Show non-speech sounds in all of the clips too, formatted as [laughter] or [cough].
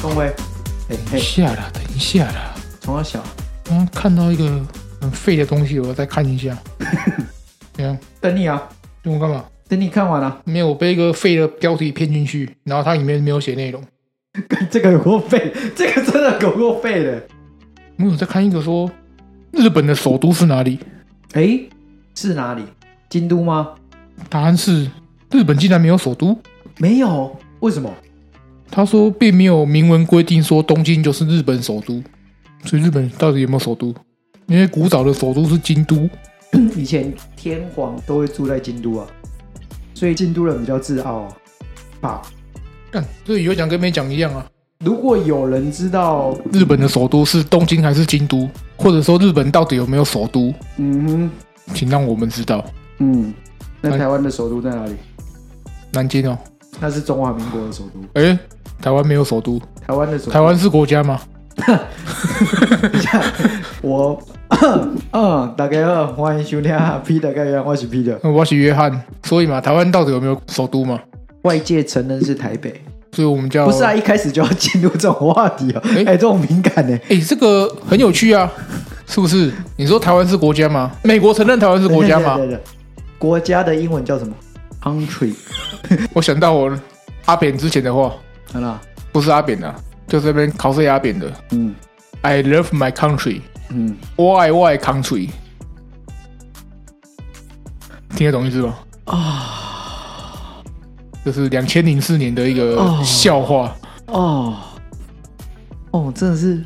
东威，哎等一嘿，下啦，等一下啦，从小小刚刚嗯看到一个很废的东西，我再看一下。怎样？等你啊，用我干嘛？等你看完啊了，没有，我被一个废的标题骗进去，然后它里面没有写内容。 [laughs] 这个有够废， [laughs] 这个真的有够废的。我有在看一个说，日本的首都是哪里？哎，是哪里？京都吗？答案是日本竟然没有首都。没有，为什么？他说并没有明文规定说东京就是日本首都，所以日本到底有没有首都？因为古早的首都是京都，以前天皇都会住在京都啊，所以京都人比较自傲啊。好，干，所以有讲跟没讲一样啊。如果有人知道，日本的首都是东京还是京都，或者说日本到底有没有首都，嗯哼，请让我们知道。嗯，那哎台湾的首都在哪里？南京哦，那是中华民国的首都。诶，台湾没有首都，台湾的首都，台湾是国家吗？ [laughs] 我， [coughs] 嗯，大家好，欢迎收听啊《P 的概元》，我是 P 的。呃我是约翰，所以嘛，台湾到底有没有首都嘛？外界承认是台北，所以我们叫不是啊，一开始就要进入这种话题哦，哎、哎这种敏感呢、哎、这个很有趣啊，是不是？你说台湾是国家吗？美国承认台湾是国家吗对？对对对国家的英文叫什么？Country，我想到我阿扁之前的话，好啦，不是阿扁啊，就这边考试阿扁的嗯，I love my country, 嗯，我爱我的 country，听得懂意思吗？啊，这是两千零四年的一哦个笑话，哦哦，真的是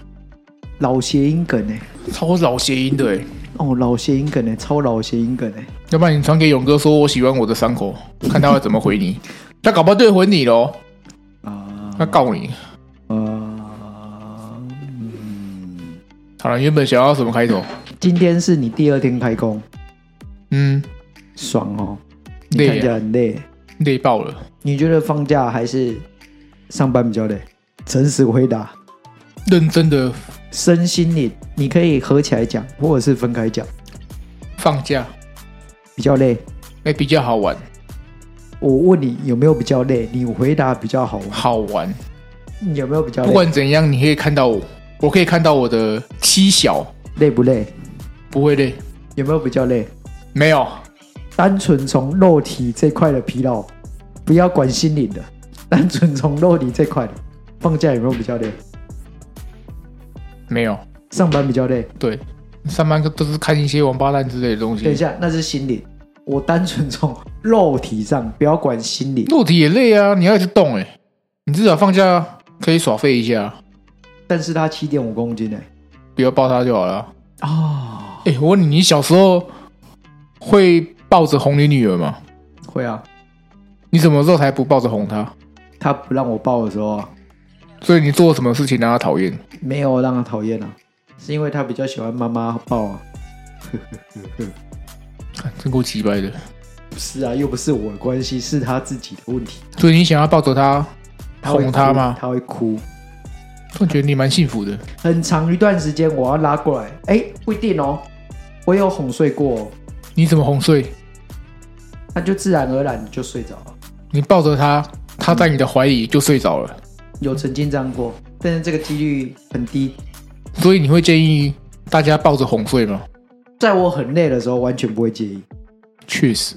老谐音梗哎、超老谐音的哎、哦，老谐音梗哎、超老谐音梗哎、要不然你传给勇哥说我喜欢我的伤口，看他会怎么回 [laughs] 你。他搞不好对回你咯，啊他告你。啊，嗯，好了，原本想要什么开头？今天是你第二天开工，嗯，爽哦，你看累起啊，来很累，累爆了。你觉得放假还是上班比较累？诚实回答。认真的身心灵，你可以合起来讲，或者是分开讲，放假，比较累。哎、比较好玩，我问你有没有比较累，你回答比较好玩。好玩。你有没有比较不累？管怎样，你可以看到我，我可以看到我的妻小，累不累？不会累。有没有比较累？没有，单纯从肉体这块的疲劳，不要管心灵的，单纯从肉体这块的。放假有没有比较累？没有。上班比较累。对，上班都是看一些王八蛋之类的东等一西。下，那是心灵。我单纯从肉体上，不要管心理。肉体也累啊，你要一直动哎、你至少放假可以耍废一下，但是他七点五公斤呢、欸不要抱他就好了啊。哦，哎、我问你，你小时候会抱着哄你女儿吗？会啊，你什么时候才不抱着哄她？他不让我抱的时候啊，所以你做了什么事情让她讨厌？没有让他讨厌啊，是因为他比较喜欢妈妈抱啊。看真够鸡掰的。不是啊，又不是我的关系，是他自己的问题。所以你想要抱着她会哄哭她吗？他会哭。我觉得你蛮幸福的。很长一段时间，我要拉过来，哎、不一定哦。我有哄睡过、哦，你怎么哄睡？他就自然而然就睡着了。你抱着她，她在你的怀里就睡着了。有曾经这样过，但是这个几率很低。所以你会建议大家抱着哄睡吗？在我很累的时候，完全不会介意，确实，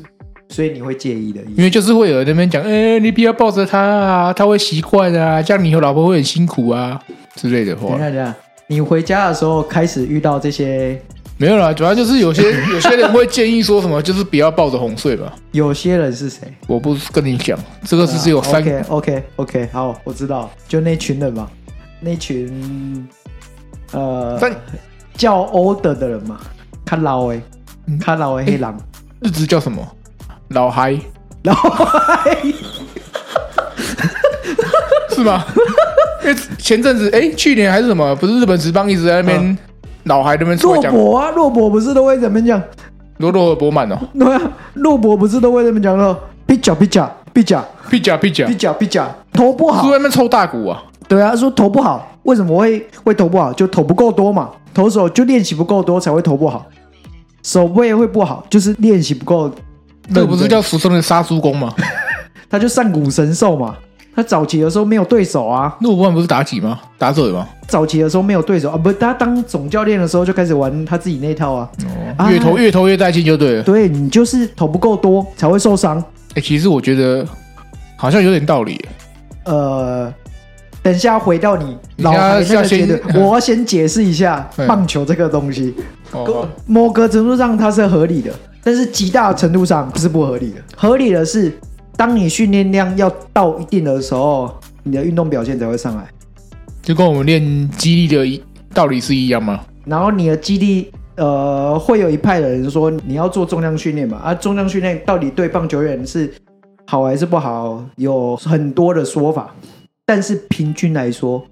所以你会介意的意因思。为就是会有人在那边讲，哎、你不要抱着她啊，她会习惯啊，这样你以后老婆会很辛苦啊之类的等话一。下，等一下，你回家的时候开始遇到这些，没有啦，主要就是有些 [laughs] 有些人会建议说什么，就是不要抱着哄睡嘛。有些人是谁？我不跟你讲，这个是只有三、 OK OK OK，好，我知道，就那群人嘛，那群呃但叫 older 的人嘛，他老哎嗯，他老哎黑狼，日子叫什么？老嗨然后还 [laughs] 是吗？因为前阵子，哎、去年还是什么，不是日本职棒一直在那边、嗯老嗨那边出洛来讲博啊，洛博不是都会怎么讲？罗罗尔博满哦，对啊，洛博不是都会怎么讲说？比较比较比较屁甲屁甲，比是较比较，投不好在，那边抽大鼓啊。对啊，他说投不好，为什么会会投不好？就投不够多嘛，投手就练习不够多才会投不好，手背会不好，就是练习不够认真。 [laughs] 这个不是叫俗称的杀猪工吗？他就上古神兽嘛，他早期的时候没有对手啊，那我不是打几吗？打嘴吗？早期的时候没有对手啊，不，他当总教练的时候就开始玩他自己那一套啊。哦，啊越投越投越带劲就对了。对你就是投不够多才会受伤。哎，其实我觉得好像有点道理。呃，等一下回到你你老要孩那要个阶先段，我要先解释一下嗯棒球这个东西，哦，某个程度上它是合理的，但是极大程度上是不合理的。合理的是，当你训练量要到一定的时候，你的运动表现才会上来，就跟我们练肌力的一道理是一样吗？然后你的肌力。呃，会有一派的人说你要做重量训练嘛，啊，重量训练到底对棒球员是好还是不好，有很多的说法。但是平均来说，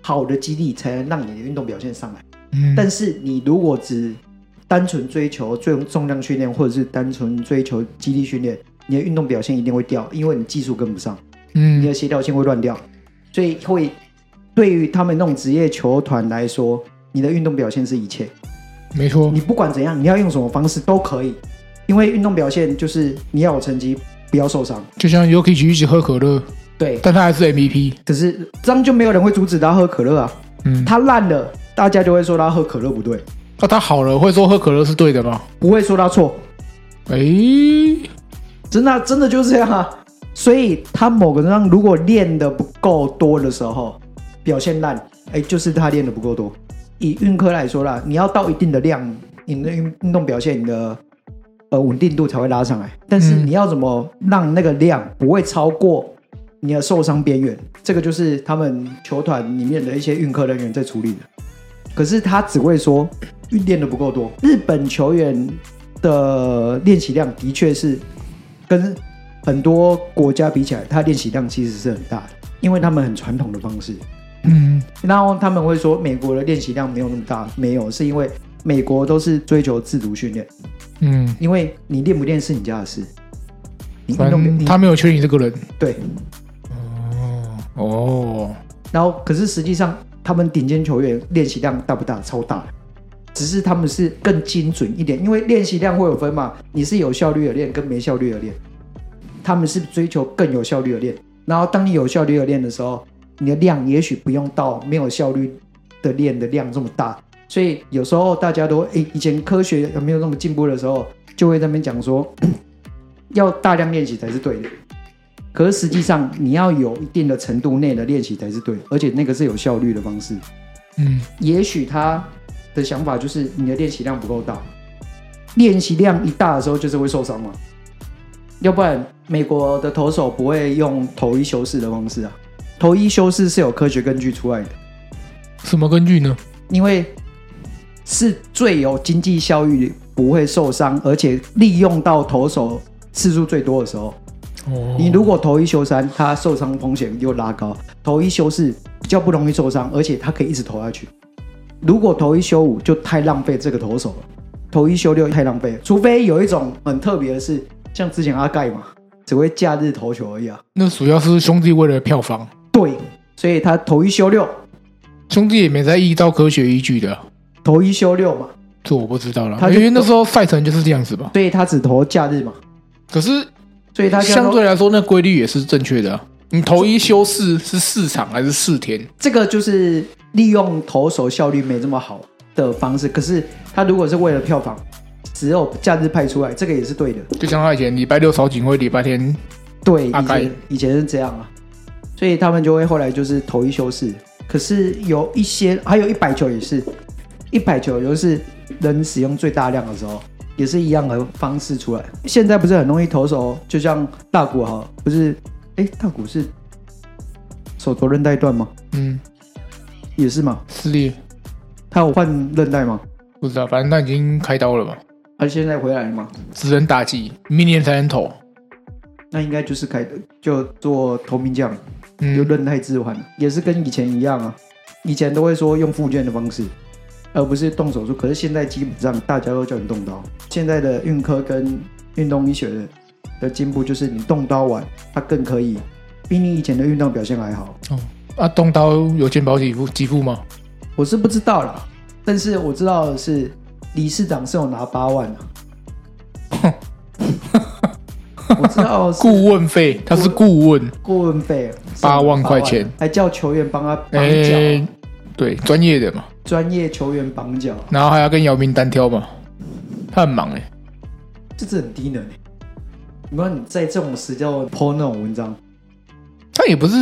好的肌力才能让你的运动表现上来。嗯，但是你如果只单纯追求重重量训练，或者是单纯追求肌力训练，你的运动表现一定会掉，因为你技术跟不上，你嗯的协调性会乱掉，所以会对于他们那种职业球团来说，你的运动表现是一切。没错你，不管怎样，你要用什么方式都可以，因为运动表现就是你要有成绩，不要受伤。就像 Yuki 一起喝可乐，对，但他还是 MVP。可是这样就没有人会阻止他喝可乐啊，嗯，他烂了，大家就会说他喝可乐不对，那哦他好了会说喝可乐是对的吗？哎不会说他错。诶，真的啊、真的就是这样啊。所以他某个地方如果练的不够多的时候，表现烂，哎、就是他练的不够多。以运科来说啦，你要到一定的量，你的运运动表现，你的呃稳定度才会拉上来。但是嗯你要怎么让那个量不会超过你的受伤边缘，这个就是他们球团里面的一些运科人员在处理的。可是他只会说练的不够多。日本球员的练习量的确是跟很多国家比起来，他练习量其实是很大的，因为他们很传统的方式。嗯，然后他们会说美国的练习量没有那么大，没有，是因为美国都是追求自主训练，嗯，因为你练不练是你家的事。你反运动正你他没有缺你这个人。对，嗯哦，然后可是实际上他们顶尖球员练习量大不大？超大的，只是他们是更精准一点，因为练习量会有分嘛，你是有效率的练跟没效率的练，他们是追求更有效率的练。然后当你有效率的练的时候，你的量也许不用到没有效率的练的量这么大，所以有时候大家都诶，以前科学还没有那么进步的时候，就会在那边讲说 [clears throat] 要大量练习才是对的。可是实际上，你要有一定的程度内的练习才是对的，而且那个是有效率的方式。嗯，也许他的想法就是你的练习量不够大，练习量一大的时候就是会受伤嘛。要不然，美国的投手不会用投一休四的方式啊。投一休四是有科学根据出来的，什么根据呢？因为是最有经济效益、不会受伤，而且利用到投手次数最多的时候。哦，你如果投一休三，他受伤风险又拉高；投一休四比较不容易受伤，而且他可以一直投下去。如果投一休五就太浪费这个投手了，投一休六太浪费了。除非有一种很特别的是，像之前阿盖嘛，只会假日投球而已啊。那主要是兄弟为了票房，对，所以他投一休六，兄弟也没在依照科学依据的，投一休六嘛，这我不知道了他，就因为那时候赛程就是这样子吧。所以他只投假日嘛，可是所以他就要相对来说，那规律也是正确的啊、你投一休四是四场还是四天？这个就是利用投手效率没这么好的方式。可是他如果是为了票房，只有假日派出来，这个也是对的。就像他以前礼拜六扫警徽，礼拜天对，以大概前以前是这样啊，所以他们就会后来就是投一休四。可是有一些，还有一百球也是，一百球就是人使用最大量的时候，也是一样的方式出来。现在不是很容易投手，哦就像大谷哈，不是？哎，大谷是手肘韧带断吗？嗯也是嘛，撕裂，他有换韧带吗？不知道，反正他已经开刀了嘛，他现在回来了吗？只能打击，明年才能投。那应该就是开就做投名将，就嗯，韧带置换，也是跟以前一样啊。以前都会说用复健的方式，而不是动手术。可是现在基本上大家都叫你动刀。现在的运科跟运动医学的的进步，就是你动刀完，它更可以比你以前的运动表现还好。啊，动刀有健保给付给付吗？我是不知道啦，但是我知道的是理事长是有拿八万的、啊。我知道是顾问费，他是顾问，顾问费啊八万块钱，还叫球员帮他绑哎、脚，对，专业的嘛，专业球员绑脚，然后还要跟姚明单挑嘛，他很忙哎、这是很低能欸。你不知道你在这种时候 po 那种文章，他也不是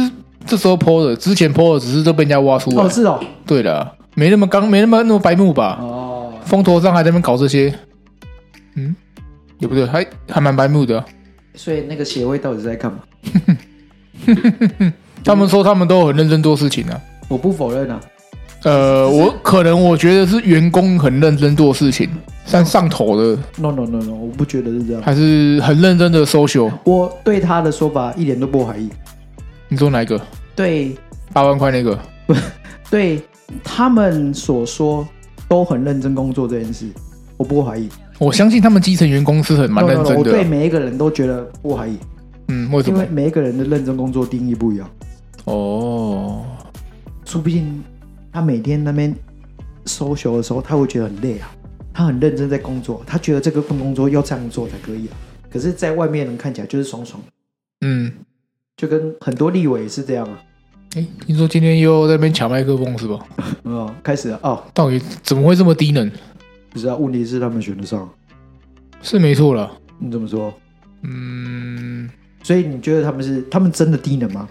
这时候 PO 的，之前 PO 的只是都被人家挖出来。哦是哦，对了，没那么刚，没那么那么白目吧？哦，风头上还在那边搞这些，嗯，也不对，还还蛮白目的啊、所以那个协会到底是在干嘛？他们说他们都很认真做事情啊。我不否认啊，呃，只是我可能我觉得是员工很认真做事情，但上头的 no no no no，我不觉得是这样。还是很认真的 social。我对他的说法一点都不怀疑，你说哪一个？对八万块那个？对，他们所说都很认真工作这件事，我不怀疑。我相信他们基层员工是很蛮 no, no, 认 no，真我的对啊。每一个人都觉得不怀疑，嗯，为什因么为？每一个人的认真工作定义不一样，哦，说不定他每天那边收球的时候，他会觉得很累啊，他很认真在工作，他觉得这个份工作要这样做才可以啊。可是，在外面人看起来就是爽爽，嗯，就跟很多立委也是这样啊。哎，听说今天又在那边抢麦克风是吧？嗯，开始了哦，到底怎么会这么低能？不知道，问题是他们选得上，是没错了。你怎么说？嗯，所以你觉得他们是他们真的低能吗？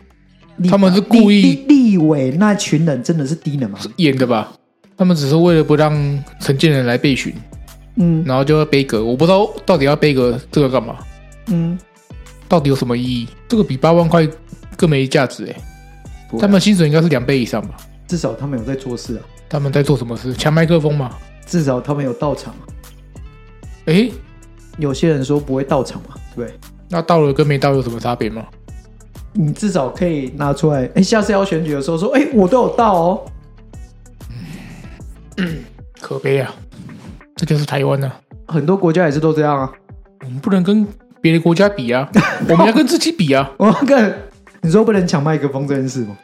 立他们是故意立立立委那群人真的是低能吗？演的吧？他们只是为了不让陈建仁来备询，嗯然后就要背歌。我不知道到底要背歌这个干嘛，嗯，到底有什么意义？这个比八万块更没价值哎、不会啊他们薪水应该是两倍以上吧？至少他们有在做事啊，他们在做什么事？抢麦克风嘛？至少他们有到场啊。哎、有些人说不会到场嘛，对不对？那到了跟没到有什么差别吗？你至少可以拿出来，哎，下次要选举的时候说，哎，我都有到哦。可悲啊！这就是台湾啊，很多国家也是都这样啊。 [laughs] 我们不能跟别的国家比 [laughs] 啊，我们要跟自己比啊。我看你说不能抢麦克风这件事吗？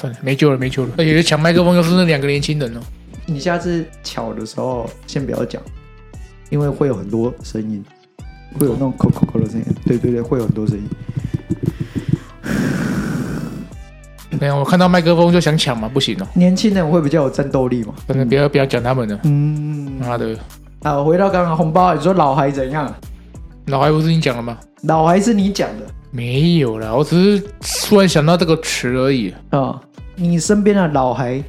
算了，没救了，没 [laughs] 救了。而且抢麦克风又是那两个年轻人哦。你下次巧的时候先不要讲，因为会有很多声音，会有那种扣扣扣的声音。对对对，会有很多声音。没有，我看到麦克风就想抢嘛，不行哦。年轻人会比较有战斗力嘛。反正不要不要讲他们了，嗯，妈的，好，回到刚刚红包，你说老孩怎样？老还不是你讲了吗？老孩是你讲的没有啦，我只是突然想到这个词而已。啊、你身边的老孩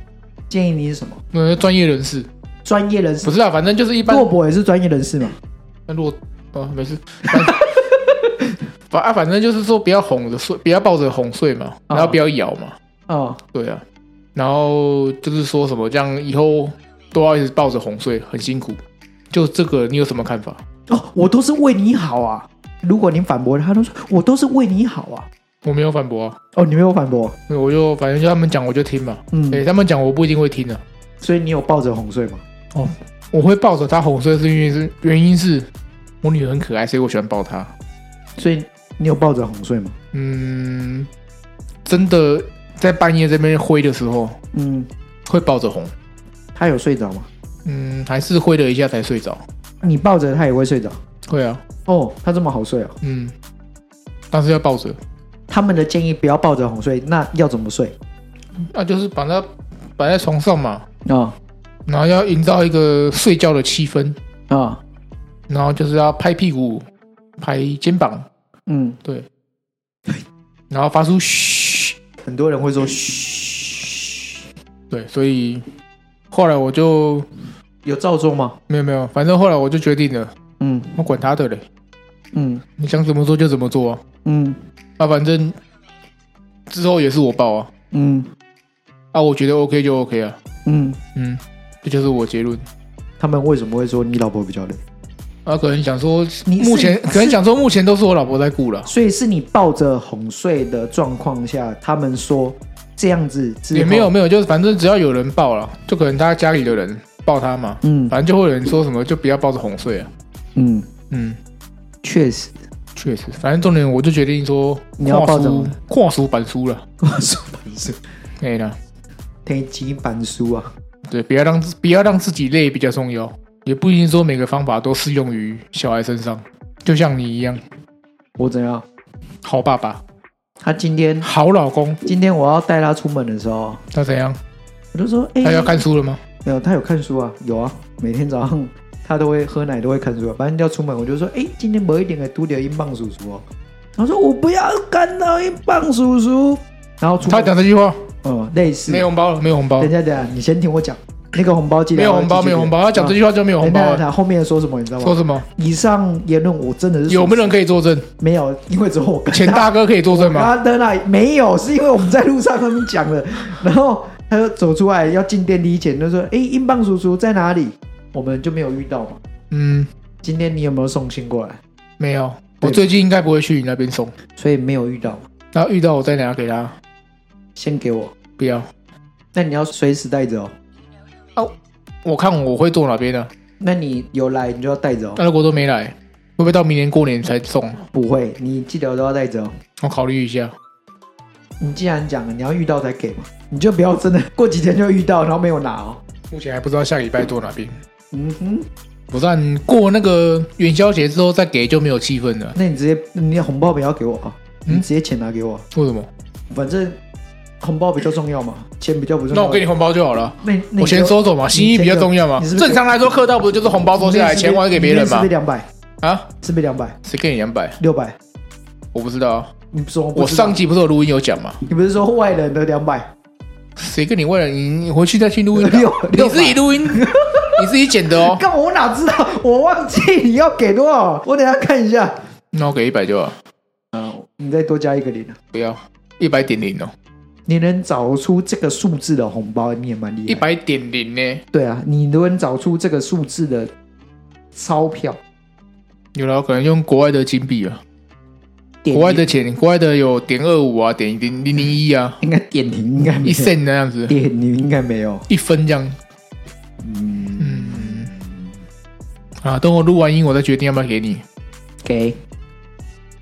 建议你是什么？呃，专业人士专业人士不，是啊，反正就是一般洛博也是专业人士嘛。那如果哦，没事，反反啊，反正 [laughs] 就是说不要哄着睡，不要抱着哄睡嘛，啊然后不要咬嘛，哦，对啊，然后就是说什么这样以后都要一直抱着哄睡，很辛苦。就这个，你有什么看法？哦，我都是为你好啊。如果你反驳他，都说我都是为你好啊。我没有反驳啊，哦，你没有反驳，我就反正就他们讲我就听嘛，嗯，对、他们讲我不一定会听的、啊所以你有抱着哄睡吗？我会抱着她哄睡是因为是原因是我女儿很可爱，所以我喜欢抱她。所以你有抱着哄睡吗？嗯，真的在半夜这边挥的时候嗯，会抱着哄，他有睡着吗？嗯，还是挥了一下才睡着。你抱着他也会睡着。会啊，哦，他这么好睡啊？嗯，但是要抱着，他们的建议不要抱着哄睡，那要怎么睡？那、啊就是把它摆在床上嘛，啊然后要营造一个睡觉的气氛，啊，然后就是要拍屁股、拍肩膀，嗯，对，然后发出嘘。很多人会说嘘，对，所以后来我就有照做吗？没有没有，反正后来我就决定了，嗯我管他的嘞，嗯你想怎么做就怎么做啊，嗯啊反正之后也是我报啊，嗯啊我觉得 OK 就 OK 啊，嗯，嗯，这就是我结论。他们为什么会说你老婆比较累？啊，可能想说你是目前， [laughs] 可能是想说目前都是我老婆在顾了，所以是你抱着哄睡的状况下，他们说这样子之后也没有，没有，就是反正只要有人抱了，就可能他家里的人抱他嘛，嗯反正就会有人说什么就不要抱着哄睡啊，嗯，嗯，确实，确实，反正重点我就决定说你要跨抱着书吗跨书板书了，我说本书，可以了。天机板书啊，对，不要让自不要让自己累比较重要，也不一定说每个方法都适用于小孩身上。就像你一样， [laughs] 我怎样？好爸爸、他今天好老公，今天我要带他出门的时候，他怎样？我就说，哎、他要看书了吗？没有，他有看书啊，有啊，每天早上他都会喝奶，都会看书啊。反正要出门，我就说，哎、今天某一点给读点英镑叔叔哦。他说我不要干到英镑叔叔。然后出门他讲这句话，嗯，类似没。红包了，没有红包等一，下，等一下，你先听我讲，那个红包记得啊哦没有红包，没有红包。他讲这句话就没有有红包了。他后面说什么你知道说吗？什么？以上言论我真的是有没有人可以作证？没有？因为只有我跟钱他大哥可以作证吗？阿登啊，没有，是因为我们在路上他们讲了，然后他就走出来要进电梯前，就说：“哎、英镑叔叔在哪里？”我们就没有遇到嘛。嗯，今天你有没有送信过来？没有。我对最近应该不会去你那边送，所以没有遇到，然后遇到我再拿给他。先给我。不要，那你要随时带着哦。我看我会坐哪边呢、啊？那你有来你就要带着哦，那如果都没来，会不会到明年过年才送？不会，你记得都要带着哦。我考虑一下。你既然讲了你要遇到才给嘛，你就不要真的过几天就遇到，然后没有拿哦。目前还不知道下礼拜坐哪边。嗯哼，不然过那个元宵节之后再给就没有气氛了。那你直接你的红包不要给我啊，你嗯直接钱拿给我，哦为什么？反正红包比较重要嘛，钱比较不重要。那我给你红包就好了。那那我先收走嘛，心意比较重要嘛你。是不是正常来说，客套不就是红包收下来，钱还给别人是嘛不是？两百？啊，是不是两百？谁给你两百？六百？我不知道啊。你不说我不知道上集不是有录音有讲嘛？你不是说外人的两百？谁跟你为了你你回去再去录音的？六六你自己录音，你自己剪的哦。干我哪知道？我忘记你要给多少，我等一下看一下。那我给一百就好，嗯，你再多加一个零啊！不要一百点零哦，你能找出这个数字的红包，你也蛮厉害。一百点零呢？对啊，你如果能找出这个数字的钞票，有了，可能用国外的金币啊，点国外的钱，国外的有点二五啊，点零零零一啊，应该点零应该 [laughs] 没一有， cent 那样子，点零应该没有。一分这样嗯，嗯，啊，等我录完音，我再决定要不要给你。给。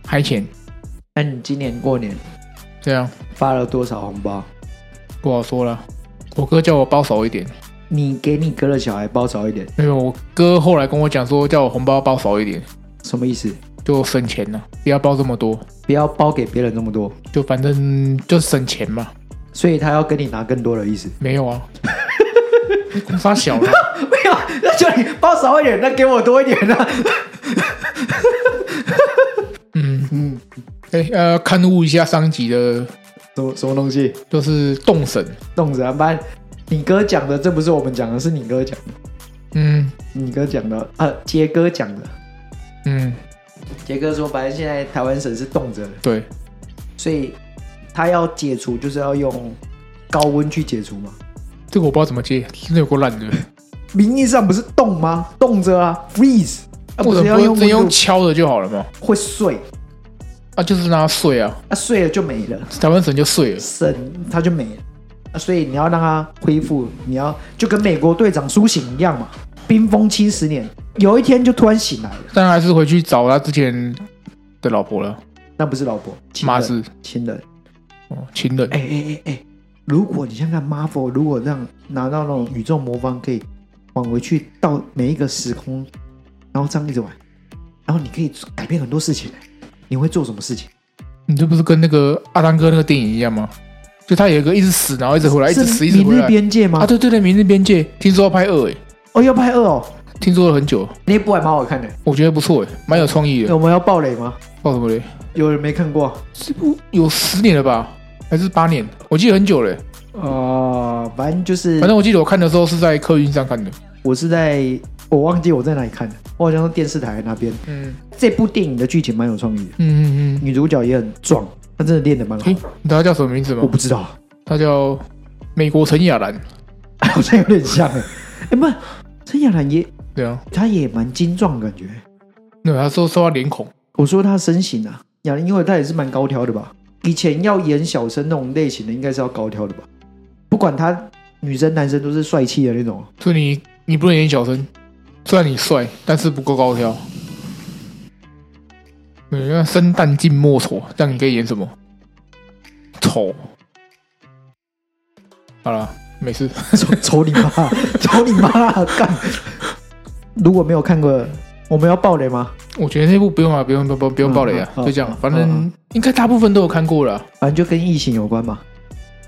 还钱，那你今年过年这样发了多少红包？不好说了。我哥叫我包少一点，你给你哥的小孩包少一点，没有，我哥后来跟我讲说，叫我红包包少一点，什么意思？就省钱了，不要包这么多，不要包给别人那么多，就反正就省钱嘛。所以他要跟你拿更多的意思。没有啊，发小了， [laughs] 没有，那就你包少一点，那给我多一点啊。嗯， [laughs] 嗯，哎、呃，刊物一下上集的，什么什么东西？就是动神，动子安班，你哥讲的，这不是我们讲的，是你哥讲的，嗯你哥讲的，呃，杰哥讲的。嗯，杰哥说，反正现在台湾省是冻着的，对，所以他要解除，就是要用高温去解除嘛。这个我不知道怎么接，真的有够烂的，啊名义上不是冻吗？冻着啊，freeze，啊，不为是什要么用不温真用度敲的就好了嘛？会碎，啊，就是让它碎啊，啊，碎了就没了。台湾省就碎了。神他就没了、啊所以你要让他恢复，你要就跟美国队长苏醒一样嘛，冰封七十年，有一天就突然醒来了，但还是回去找他之前的老婆了，那不是老婆，亲妈人，是亲人。哦，情人。哎哎哎哎，如果你想看 Marvel，如果让拿到那种宇宙魔方，可以往回去到每一个时空，然后这样一直玩，然后你可以改变很多事情、你会做什么事情？你这不是跟那个阿汤哥那个电影一样吗？就他有一个一直死，然后一直回来，一直死，是一直明回日来。边界吗？啊，对对对，《明日边界》听说要拍二诶，哎哦，要拍二哦，听说了很久，那部还蛮好看的。我觉得不错诶，蛮有创意的。我们要爆雷吗？爆什么雷？有人没看过？这部有十年了吧，还是八年？我记得很久嘞。呃，反正就是哦反，正我记得我看的时候是在客运上看的。我是在我忘记我在哪里看的，我好像是电视台那边。嗯这部电影的剧情蛮有创意的，嗯嗯女主角也很壮，她真的练得蛮嗯。好嘿。，你知道他叫什么名字我吗？不知道，啊他叫美国陈雅兰。 [laughs] 好像有点像哎。哎，不，陈雅兰也对啊，她也蛮精壮的感觉。那他说说他脸孔。我说她身形啊，雅兰因为她也是蛮高挑的吧？以前要演小生那种类型的，应该是要高挑的吧？不管她女生男生都是帅气的那种。啊所以你你不能演小生，虽然你帅，但是不够高挑。你看生旦净末丑，这样你可以演什么？丑。好了，没事。 [laughs] 丑丑你妈， [laughs] 丑你妈，干！如果没有看过，我们要爆雷吗？我觉得那部不用啊，不用不用不用爆雷啊，嗯嗯就这样，嗯反嗯正应该大部分都有看过了啊。反正就跟异形有关嘛。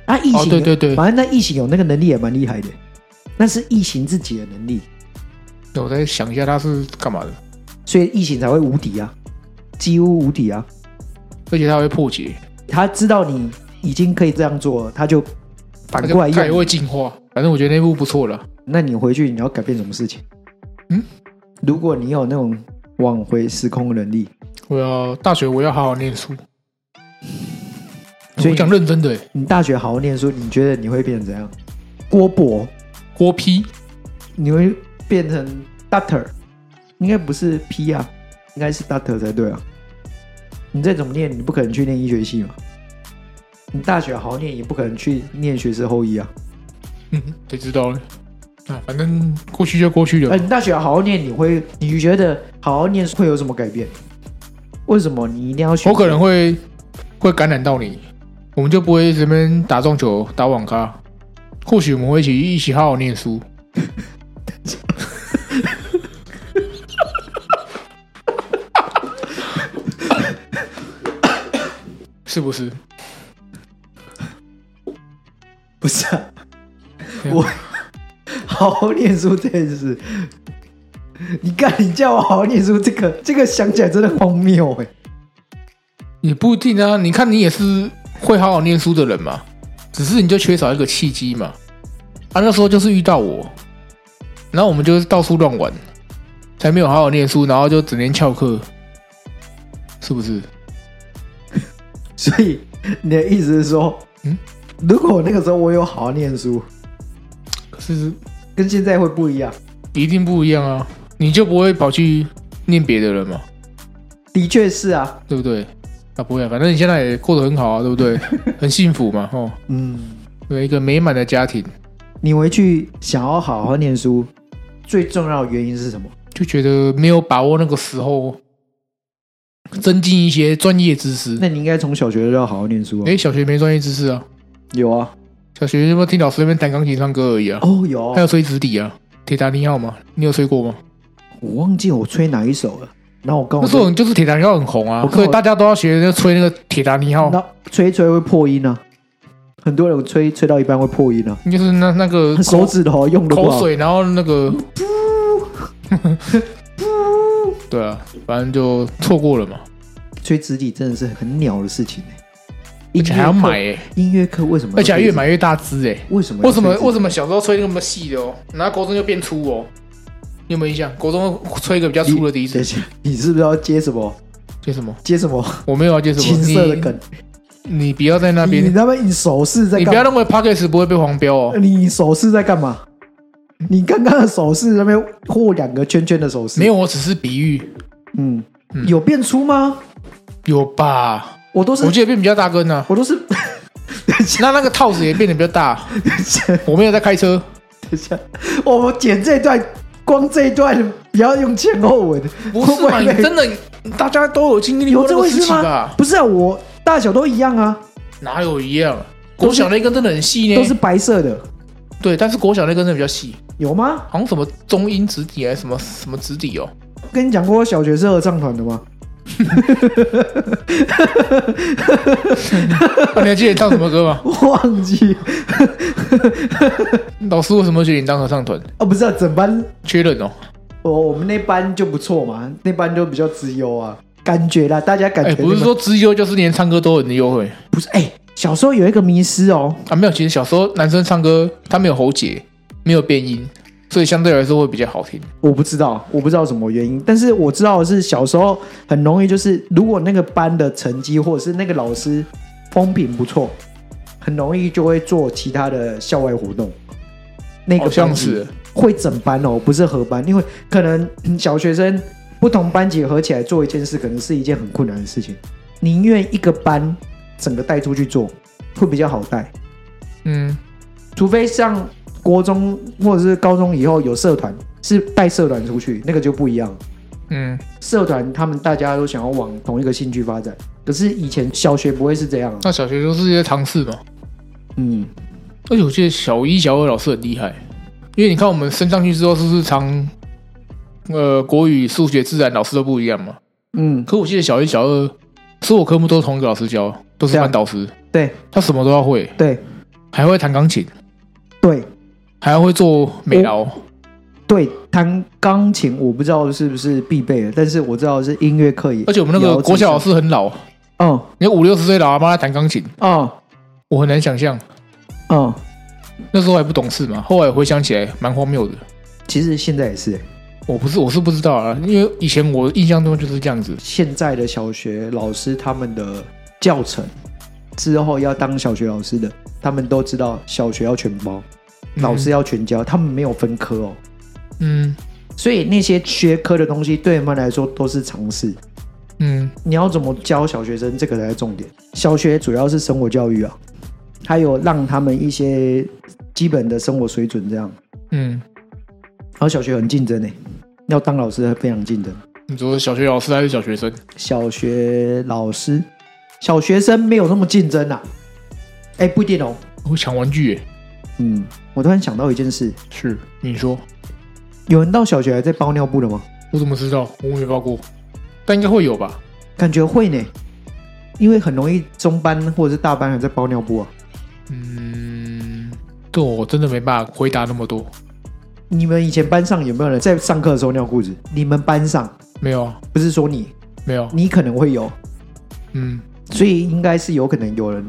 啊，异形、哦对对对反正那异形有那个能力也蛮厉害的，那是异形自己的能力，那我再想一下他是干嘛的，所以异形才会无敌啊，几乎无敌啊。而且他会破解，他知道你已经可以这样做了，他就反他就过来他也用你。会进化。反正我觉得那部不错了，那你回去你要改变什么事情？嗯，如果你有那种往回时空的能力，我要大学我要好好念书。所以我讲认真的、欸，你大学好好念书，你觉得你会变成怎样？郭博，郭批你会变成 Doctor，应该不是 P 啊，应该是 Doctor 才对啊。你再怎么念，你不可能去念医学系嘛。你大学好好念，也不可能去念学士后医啊。嗯，谁知道呢？啊，反正过去就过去呃，了。你大学好好念，你会你觉得好好念会有什么改变？为什么你一定要选？我可能会会感染到你，我们就不会这边打撞球、打网咖。或许我们会一起一起好好念书。是不是？不是、啊、对啊我好好念书这件事。你看，你叫我好好念书，这个这个想起来真的荒谬哎、也不一定啊。你看，你也是会好好念书的人嘛，只是你就缺少一个契机嘛。啊，那时候就是遇到我，然后我们就是到处乱玩，才没有好好念书，然后就整天翘课，是不是？所以你的意思是说，嗯嗯，如果那个时候我有好好念书，可是跟现在会不一样。一定不一样啊，你就不会跑去念别的人嘛，的确是啊，对不对？啊，不会、啊，反正你现在也过得很好啊，对不对？很幸福嘛，哦，嗯，有一个美满的家庭，你回去想要好好念书，最重要的原因是什么？就觉得没有把握那个时候增进一些专业知识。那你应该从小学就要好好念书啊。哎、小学没专业知识啊，有啊，小学就不听老师那边弹钢琴唱歌而已啊，哦有还有吹纸笛啊，铁达尼号嘛，你有吹过吗？我忘记我吹哪一首了。然哦后我刚那时候就是铁达尼号很红啊我，看所以我大家都要学那吹那个铁达尼号，那吹一吹会破音啊，很多人吹吹到一半会破音啊，就是那那个口手指头用的不口好。水，然后那个， [laughs] 对啊，反正就错过了嘛，吹纸笛真的是很鸟的事情欸而且还音要乐课买、欸，音乐课为什么？而且还越买越大只哎、为什么？为什么为么？什么小时候吹那么细的哦，然后国中就变粗哦？你有没有印象？国中吹一个比较粗的笛等一子，下，你是不是要接什么？接什么？接什么我没有要接什么青涩的梗？你你不要在那你你边，他妈你手势在你不干要嘛？认为 Pockets 不会被黄标哦。你手势在干嘛？你刚刚的手势那边或两个圈圈的手势，没有？有，我只是比喻，嗯，嗯有变粗吗？有吧？我都是我记得变比较大根呢、啊，我都是， [laughs] 等一下那那个套子也变得比较大。等一下我没有在开车，等一下，我们剪这一段，光这一段不要用前后文，不是嘛？会你被真的大家都有经历有过这这回个事事情吗吧？？不是啊，我大小都一样啊，哪有一样？都是国小那根真的很细呢，都是白色的，对，但是国小那根真的比较细，有吗？好像什么中音直笛还是什么什么直笛哦。跟你讲过我小学是合唱团的吗？ [laughs] [laughs] 啊你还记得唱什么歌吗？我忘记老师为什么选你当合唱团？啊，不是啊，整班缺人哦。我我们那班就不错嘛，那班就比较资优啊，感觉啦，大家感觉哎，那个、不是说资优就是连唱歌都很优惠不是哎、小时候有一个迷失哦，啊？没有，其实小时候男生唱歌他没有喉结，没有变音，所以相对来说会比较好听。我不知道，我不知道什么原因，但是我知道的是小时候很容易就是，如果那个班的成绩或者是那个老师风评不错，很容易就会做其他的校外活动。那个好像班级是会整班哦，不是合班，因为可能嗯小学生不同班级合起来做一件事，可能是一件很困难的事情。宁愿一个班整个带出去做，会比较好带。嗯，除非像国中或者是高中以后有社团，是带社团出去，那个就不一样了。嗯，社团他们大家都想要往同一个兴趣发展，可是以前小学不会是这样啊。那小学就是一些尝试嘛。嗯，而且我记得小一、小二老师很厉害，因为你看我们升上去之后，是不是常呃国语、数学、自然老师都不一样嘛。嗯，可我记得小一、小二所有科目都是同一个老师教，都是对啊班导师，对他什么都要会，对还会弹钢琴，对还会做美劳。对，弹钢琴我不知道是不是必备的，但是我知道是音乐课也而且我们那也要个自国小老学，师很老，嗯你五六十岁老阿妈弹钢琴，嗯我很难想象。嗯，那时候还不懂事嘛，后来回想起来蛮荒谬的。其实现在也是，我不是，我是不知道啊，因为以前我印象中就是这样子。现在的小学老师他们的教程之后要当小学老师的，他们都知道小学要全包，嗯老师要全教，他们没有分科哦。嗯所以那些学科的东西对他们来说都是常识。嗯你要怎么教小学生，这个才是重点。小学主要是生活教育啊，还有让他们一些基本的生活水准这样。嗯，然后小学很竞争呢、欸要当老师非常竞争。你说小学老师还是小学生？小学老师，小学生没有那么竞争啊。哎，不一定哦。我抢玩具耶，嗯，我突然想到一件事，是你说，有人到小学还在包尿布的吗？我怎么知道？我没报过，但应该会有吧？感觉会呢，因为很容易中班或者是大班还在包尿布啊。嗯，这我真的没办法回答那么多。你们以前班上有没有人在上课的时候尿裤子？你们班上没有啊，不是说你，没有。啊你可能会有，嗯，所以应该是有可能有人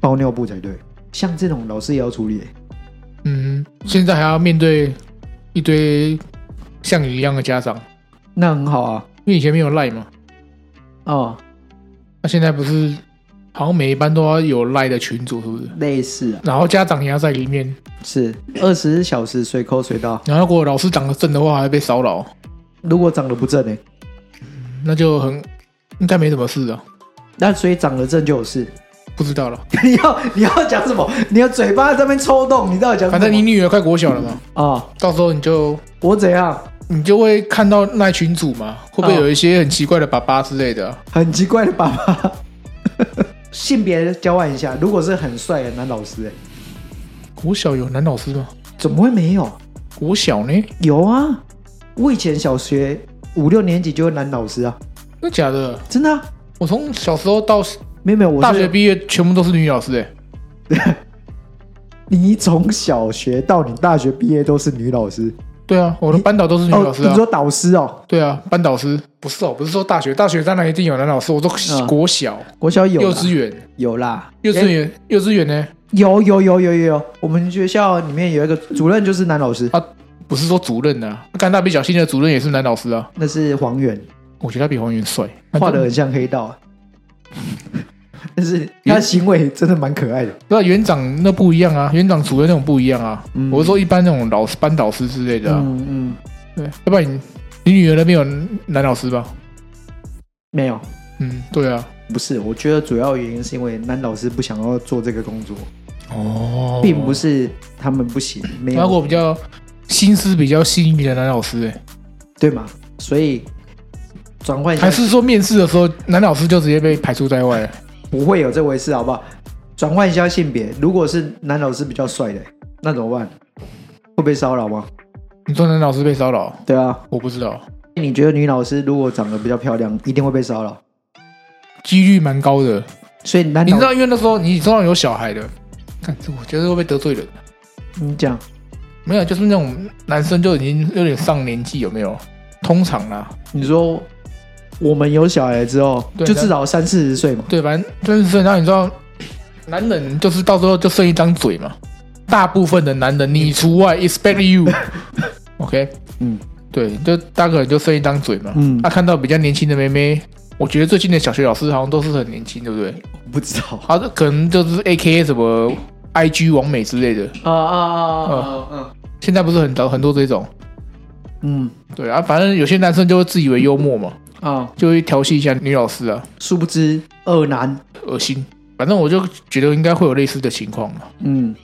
包尿布才对。像这种老师也要处理、嗯，现在还要面对一堆像你一样的家长，那很好啊。因为以前没有赖嘛，哦，那现在不是好像每一班都要有赖的群组，是不是？类似啊，然后家长也要在里面，是二十小时随扣随到。然后如果老师长得正的话，还会被骚扰，如果长得不正呢、那就很应该没什么事啊，那所以长得正就有事。 [laughs] 不知道了。你要你要讲什么？你的嘴巴在那边抽动，你到底讲什么？反正你女儿快国小了嘛，啊、哦，到时候你就我怎样？你就会看到那群组嘛，会不会有一些很奇怪的爸爸之类的啊、很奇怪的爸爸。 [laughs] 性别交换一下，如果是很帅的男老师、欸，国小有男老师吗？怎么会没有？国小呢？有啊，我以前小学五六年级就有男老师啊，那假的？真的、啊。我从小时候到没有没有，我大是学毕业，全部都是女老师哎、你从小学到你大学毕业都是女老师，对啊，我的班导都是女老哦，师你啊。说导师哦，对啊，班导师不是哦，不是说大学，大学当然一定有男老师。我说嗯国小、国小有啦幼稚园、有啦，幼稚诶园、幼稚园呢？有有有有有有，我们学校里面有一个主任就是男老师，哦不是说主任啊，干大比较新的主任也是男老师啊。那是黄远，我觉得他比黄源帅，画的很像黑道、 [laughs] 啊，但是他行为真的蛮可爱的。对啊，园长那不一样啊，园长主任那种不一样啊。嗯我是说一般那种老师、班导师之类的啊。嗯嗯，对，要不然你你女儿那边有男老师吧？没有，嗯，对啊。不是，我觉得主要原因是因为男老师不想要做这个工作，哦并不是他们不行，没包有括比较心思比较细腻的男老师、欸，对吗？所以转换一下还是说面试的时候男老师就直接被排除在外了？不会有这回事，好不好？转换一下性别，如果是男老师比较帅的，那怎么办？会被骚扰吗？你说男老师被骚扰？对啊，我不知道，你觉得女老师如果长得比较漂亮，一定会被骚扰？几率蛮高的。所以男你知老道，因为那时候你手上有小孩的，看这我觉得会不会得罪人？你嗯讲没有，就是那种男生就已经有点上年纪，有没有？通常啦，你说我们有小孩之后，对就那至少三四十岁嘛，对，反正就是然后你知道，男人就是到时候就剩一张嘴嘛。大部分的男人，你除外 [laughs]，expect you 。OK，嗯对，就大概就剩一张嘴嘛。嗯他、看到比较年轻的妹妹，我觉得最近的小学老师好像都是很年轻，对不对？不知道好的，可能就是 A K A 什么 I G 王美之类的，啊啊啊啊啊现在不是很多很多这种。嗯对啊，反正有些男生就会自以为幽默嘛，啊，就会调戏一下女老师啊，殊不知二男，恶心。反正我就觉得应该会有类似的情况嘛。嗯，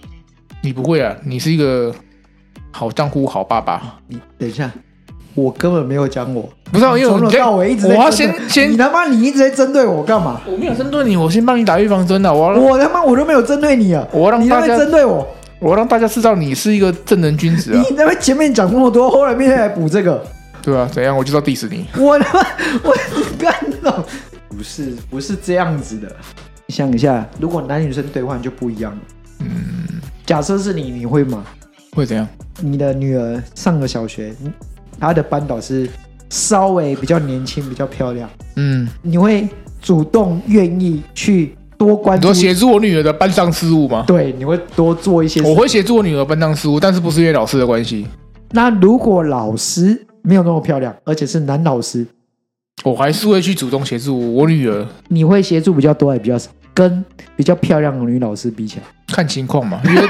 你不会啊，你是一个好丈夫、好爸爸。你等一下，我根本没有讲我，不是、啊，因为我从头觉得到尾一直在我要针对先先你，他妈你一直在针对我干嘛？我没有针对你，我先帮你打预防针的。啊我要让我他妈我都没有针对你啊！我要让你大那边家，针对我，我要让大家知道你是一个正人君子啊。你那边前面讲那么多，后来面还补这个，对啊，怎样？我就要 diss 你。我他妈我干了，不是不是这样子的。你想一下，如果男女生兑换就不一样了。嗯，假设是你，你会吗？会怎样？你的女儿上个小学，嗯她的班导师稍微比较年轻，比较漂亮，嗯，你会主动愿意去多关你注说？协助我女儿的班上事务吗？对，你会多做一些。我会协助我女儿班上事务，但是不是因为老师的关系，那如果老师没有那么漂亮，而且是男老师，我还是会去主动协助我女儿，你会协助比较多还比较少？跟比较漂亮的女老师比起来，看情况嘛。 [laughs] 因为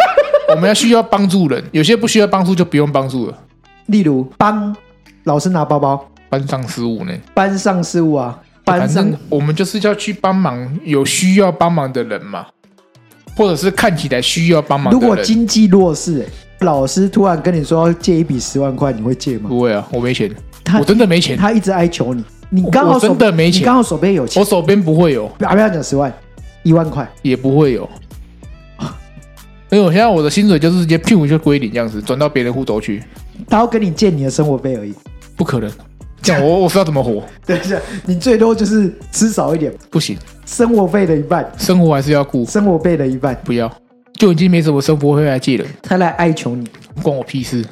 我们要需要帮助人，有些不需要帮助就不用帮助了。例如帮老师拿包包，班上事务呢？班上事务啊，班哎反上正我们就是要去帮忙有需要帮忙的人嘛，或者是看起来需要帮忙如的果人。经济弱势、欸，老师突然跟你说要借一笔十万块，你会借吗？不会啊，我没钱，他我真的没钱，他一直哀求你，你刚好我手真的没你钱刚，好手边有钱我，手边不会有，啊，不要讲十万，一万块，也不会有， [laughs] 因为我现在我的薪水就是直接屁股就归零这样子，转到别人户头去，他要跟你借你的生活费而已。不 [laughs] 可能。这样我我是要怎么活？等一下，你最多就是吃少一点，不行，生活费的一半，生活还是要顾，生活费的一半，不要，就已经没什么生活费来借了，他来哀求你。关我屁事。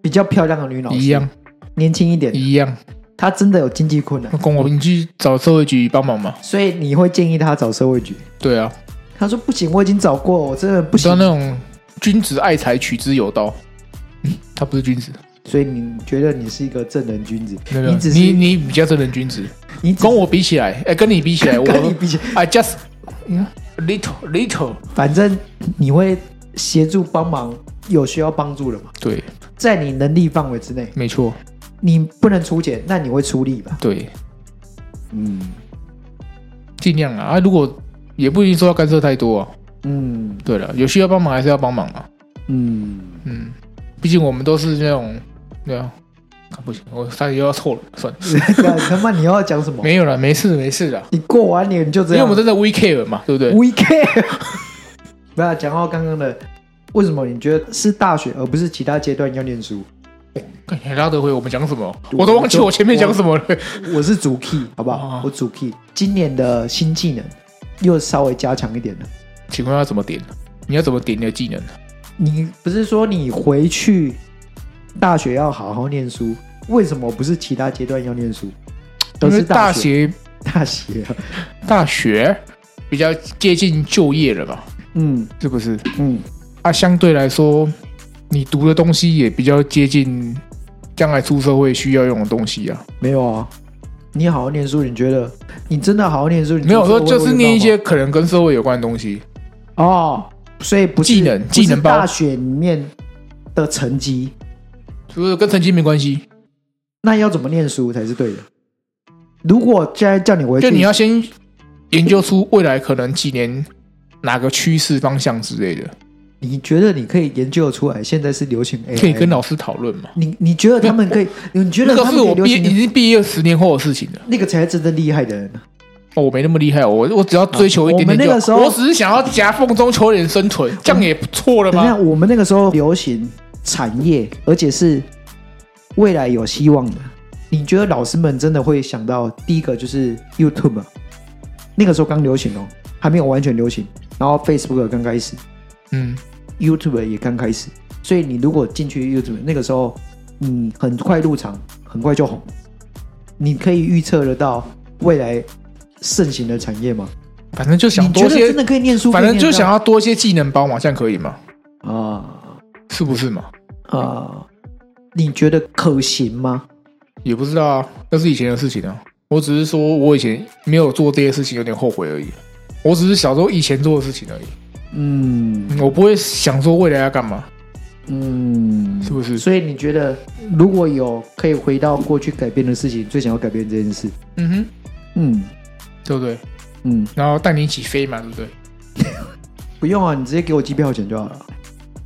比较漂亮的女老师，啊一样年轻一点，一样，她真的有经济困难，关我你去找社会局帮忙嘛。所以你会建议她找社会局。对啊，她说不行，我已经找过，我真的不不知道行。那种君子爱财，取之有道。 [laughs] 嗯，他不是君子，所以你觉得你是一个正人君子，没有没有你只是你你比较正人君子，你只跟我比起来，哎、跟你比起来，[laughs] 我跟你比起， I just yeah, little little，反正你会协助帮忙有需要帮助的嘛，对，在你能力范围之内，没错，你不能出钱，那你会出力吧？对，嗯尽量啊。啊，如果也不一定说要干涉太多啊。嗯对了，有需要帮忙还是要帮忙啊。嗯， [laughs] 嗯，毕竟我们都是那种，对啊，啊不行，我差点又要错了，算了，干他妈你要讲什么？没有了，没事没事的，你过完年就这因为样我们真的 we care 嘛，对不对？ ，we care。不要讲到刚刚的，为什么你觉得是大学而不是其他阶段要念书？干你拉得回我们讲什么？我都忘记我前面讲什么了。 [laughs] 我是主 key，好不好哦？我主 key，今年的新技能又稍微加强一点了。请问要怎么点？你要怎么点你的技能？你不是说你回去大学要好好念书？为什么不是其他阶段要念书？而因为是大学，学 [laughs] 大学，啊大学比较接近就业了嘛，嗯是不是？嗯，啊，相对来说，你读的东西也比较接近将来出社会需要用的东西啊。没有啊。你好好念书，你觉得你真的好好念书？你没有出社说会就是会念一知道些可能跟社会有关的东西，吗哦，所以不是技能不是技能包大学里面的成绩，就是跟成绩没关系。那要怎么念书才是对的？如果现在叫你回去，就你要先研究出未来可能几年哪个趋势方向之类的，你觉得你可以研究出来，现在是流行 AI，可以跟老师讨论嘛。你你觉得他们可以？你觉那得个哎他是们可以我流毕业行已经毕业十年后的事情了。那个才是真正厉害的人啊。哦，我没那么厉害，我我只要追求一点哦点我们那就个好。时候我只是想要夹缝中求点生存，这样也不错了你吧？看我们那个时候流行产业，而且是未来有希望的。你觉得老师们真的会想到第一个就是 YouTube？啊那个时候刚流行哦，还没有完全流行。然后 Facebook 刚开始嗯， ，YouTube 也刚开始，所以你如果进去 YouTube 那个时候，嗯，很快入场，很快就红。你可以预测得到未来盛行的产业吗？反正就想你觉多得些真，的可以念书，反正就想啊要多些技能包嘛，这样可以吗？啊、是不是嘛？呃你觉得可行吗？也不知道啊，那是以前的事情啊。我只是说我以前没有做这些事情，有点后悔而已。我只是小时候以前做的事情而已，嗯嗯我不会想说未来要干嘛，嗯是，不是？所以你觉得如果有可以回到过去改变的事情，最想要改变这件事？嗯哼，嗯对不对？嗯，然后带你一起飞嘛，对不对？不用啊，你直接给我机票钱就好了。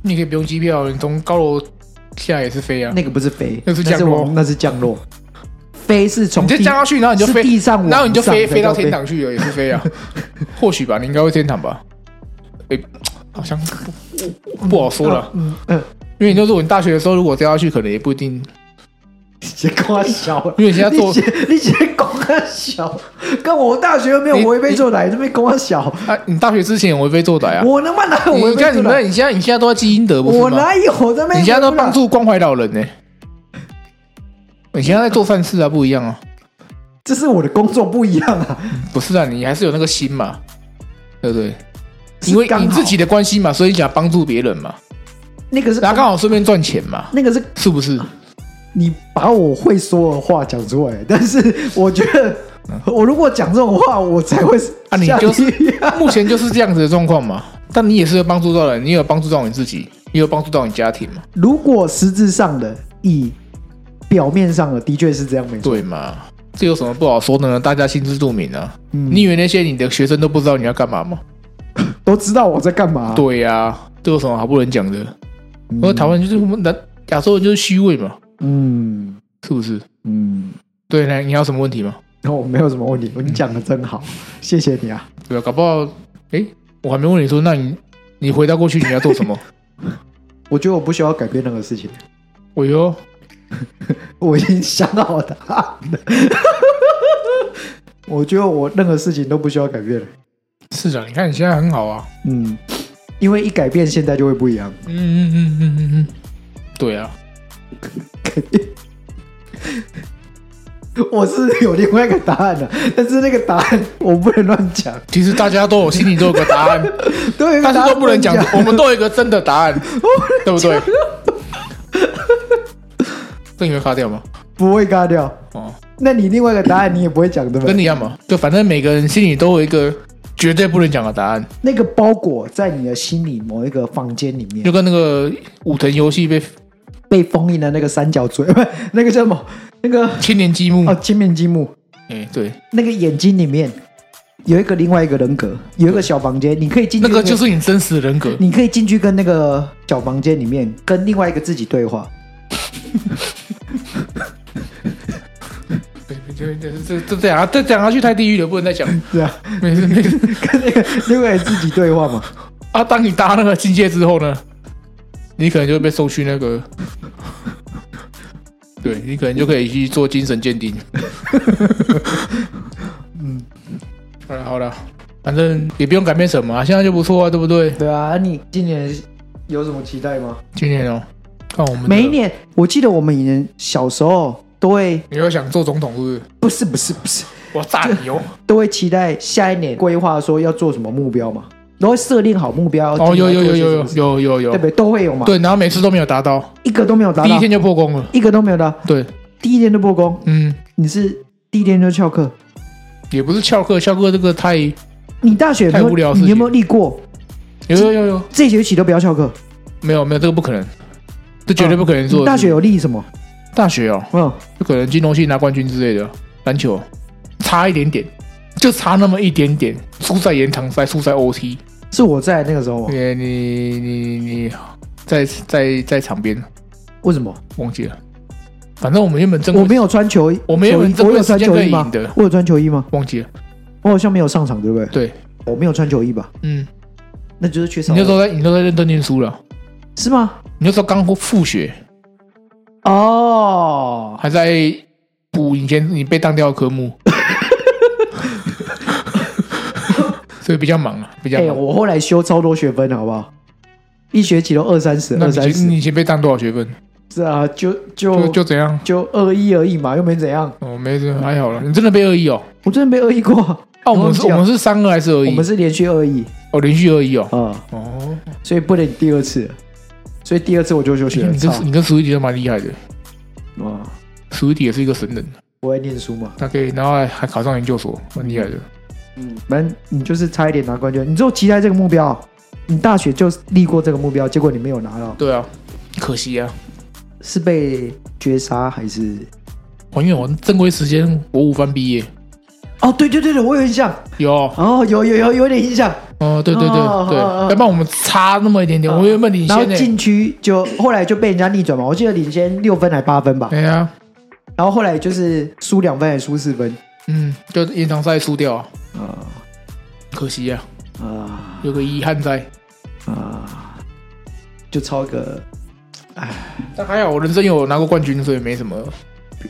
你可以不用机票，你从高楼下来也是飞啊。那个不是飞，那是降落往那是降落。飞是从你就地降下去，然后你就是飞地上往上，然后你就飞再飞到天。堂去了，也是 [laughs] 飞啊，或许吧，你应该会天堂吧？诶，好像不不好说了，嗯嗯，因为你就说你大学的时候如果掉下去，可能也不一定你光 [laughs] 小，因为人家做你你你先光小，跟我大学又没有你违背做来，这边光小，啊，你大学之前也为非作歹啊！我能办哪有违你背看做你来们，？你现在你现在都在积阴德不我是吗？哪有这边？你现在都帮助关怀老人呢、你现在在做善事啊，不一样啊！这是我的工作不一样啊，不是啊，你还是有那个心嘛，对不对？ [laughs] 因为是刚好你自己的关系嘛，所以你想帮助别人嘛，那个是然后刚好顺便赚钱嘛，那个是是不是？啊你把我会说的话讲出来，但是我觉得我如果讲这种话，我才会嗯啊你下就是地狱啊目前就是这样子的状况嘛。但你也是有帮助到人，你有帮助到你自己，也有帮助到你家庭嘛，如果实质上的，以表面上的，的确是这样没错。对嘛？这有什么不好说的呢？大家心知肚明啊。嗯你以为那些你的学生都不知道你要干嘛吗？都知道我在干嘛、对啊呀、这有什么好不能讲的？嗯，我说台湾就是我们南亚洲人就是虚伪嘛，嗯是不是？嗯，对呢，你还有什么问题吗？然后我没有什么问题，你讲的真嗯好，谢谢你啊。对吧？搞不好，哎，我还没问你说，那你你回到过去你要做什 [laughs] 么？我觉得我不需要改变任何事情，我哟，我已经想好答案了。 [laughs] 我觉得我任何事情都不需要改变了。市长，你看你现在很好啊，嗯，因为一改变，现在就会不一样。嗯嗯嗯嗯嗯嗯，对啊，我是有另外一个答案的、但是那个答案我不能乱讲，其实大家都有心里都有个答 [laughs] 案，都有一个但是答案都不能讲，我们都有一个真的答案，对不对？这你会发掉吗？不会嘎掉。哦，那你另外一个答案你也不会讲对吧跟？你一样嘛，就反正每个人心里都有一个绝对不能讲的答案。那个包裹在你的心里某一个房间里面就，跟那个武藤游戏被被封印的那个三角锥， [laughs] 不，那个叫什么？那个千年积木，哦，哎、千面积木，对，那个眼睛里面有一个另外一个人格，有一个小房间，你可以进去那里面，个就是你真实的人格。你可以进去跟那个小房间里面跟另外一个自己对话。这这这这样啊，再讲下去太地狱了，不能再讲。对啊，没事没事 [laughs] 跟那个另外自己对话嘛，啊，当你搭那个境界之后呢，你可能就会被送去那个， [laughs] 对你可能就可以去做精神鉴 [laughs] 定。嗯，好了好了，反正也不用改变什么啊，现在就不错啊，对不对？对啊，啊你今年有什么期待吗？今年哦，看我们的每一，年，我记得我们以前小时候都会，你又想做总统不是是不是？不是不是，我炸你哦！都会期待下一年规划说要做什么目标嘛，都会设定好目标。哦，有今有有有年要做有些什么事有有有对不，对？都会有嘛，对，然后每次都没有达到，一个都没有达第一到，天就破功了。一个都没有达到，对，第一天就破功，嗯，你是第一天就翘课。也不是翘课，翘课这个太有你大学有没太无聊有的事情你有没有立过？有有有，这学期都不要翘课，没有没有，这个不可能，这绝对不可能做你的嗯事。大学有立什么？大学哦，嗯，就可能金融系拿冠军之类的，篮球差一点点，就差那么一点点，输在延长赛，输在 OT。是我在那个时候吗？你你你你在在在场边为什么？忘记了，反正我们原本正我没有穿球衣，我没有球衣这么我有时穿间球可以衣吗赢的？我有穿球衣吗？忘记了，我好像没有上场，对不对？对，我没有穿球衣吧？嗯，那就是缺你少那时候在你那时候在认真念书了，是吗？你那时候刚复学。哦，还在补以前你被当掉的科目， [laughs] 所以比较忙啊，比较哎、忙。我后来修超多学分，好不好？一学期都二三十，那二你以三前十，你以前被当多少学分？是啊，就就就就怎样？就二一而已嘛，又没怎样。哦，没事，还好了。你真的被二一哦？我真的没二一过，啊，我们是我忘记我了们是三二还是二我一们？是连续二一哦，连续二一哦。啊，哦，所以不能第二次了，所以第二次我就休学了。哎你操跟你跟苏一迪都蛮厉害的，啊，苏一迪也是一个神人，我爱念书嘛，他可以，然后还还考上研究所，蛮厉害的。嗯，反正你就是差一点拿冠军，你只有期待这个目标，你大学就立过这个目标，结果你没有拿到，对啊，可惜啊，是被绝杀还是？我因为我正规时间我五班毕业，哦，对对对对，我有印象，有哦，有有有有点印象，哦，对对哦对对，哦哦要不然我们差那么一点点，哦我原本领然后先呢。禁区就后来就被人家逆转嘛，我记得领先六分还八分吧，哎呀，然后后来就是输两分还输四分，嗯，就延长赛输掉啊，啊可惜啊，啊有个遗憾在。啊，就超个但还好我人生有拿过冠军，所以没什么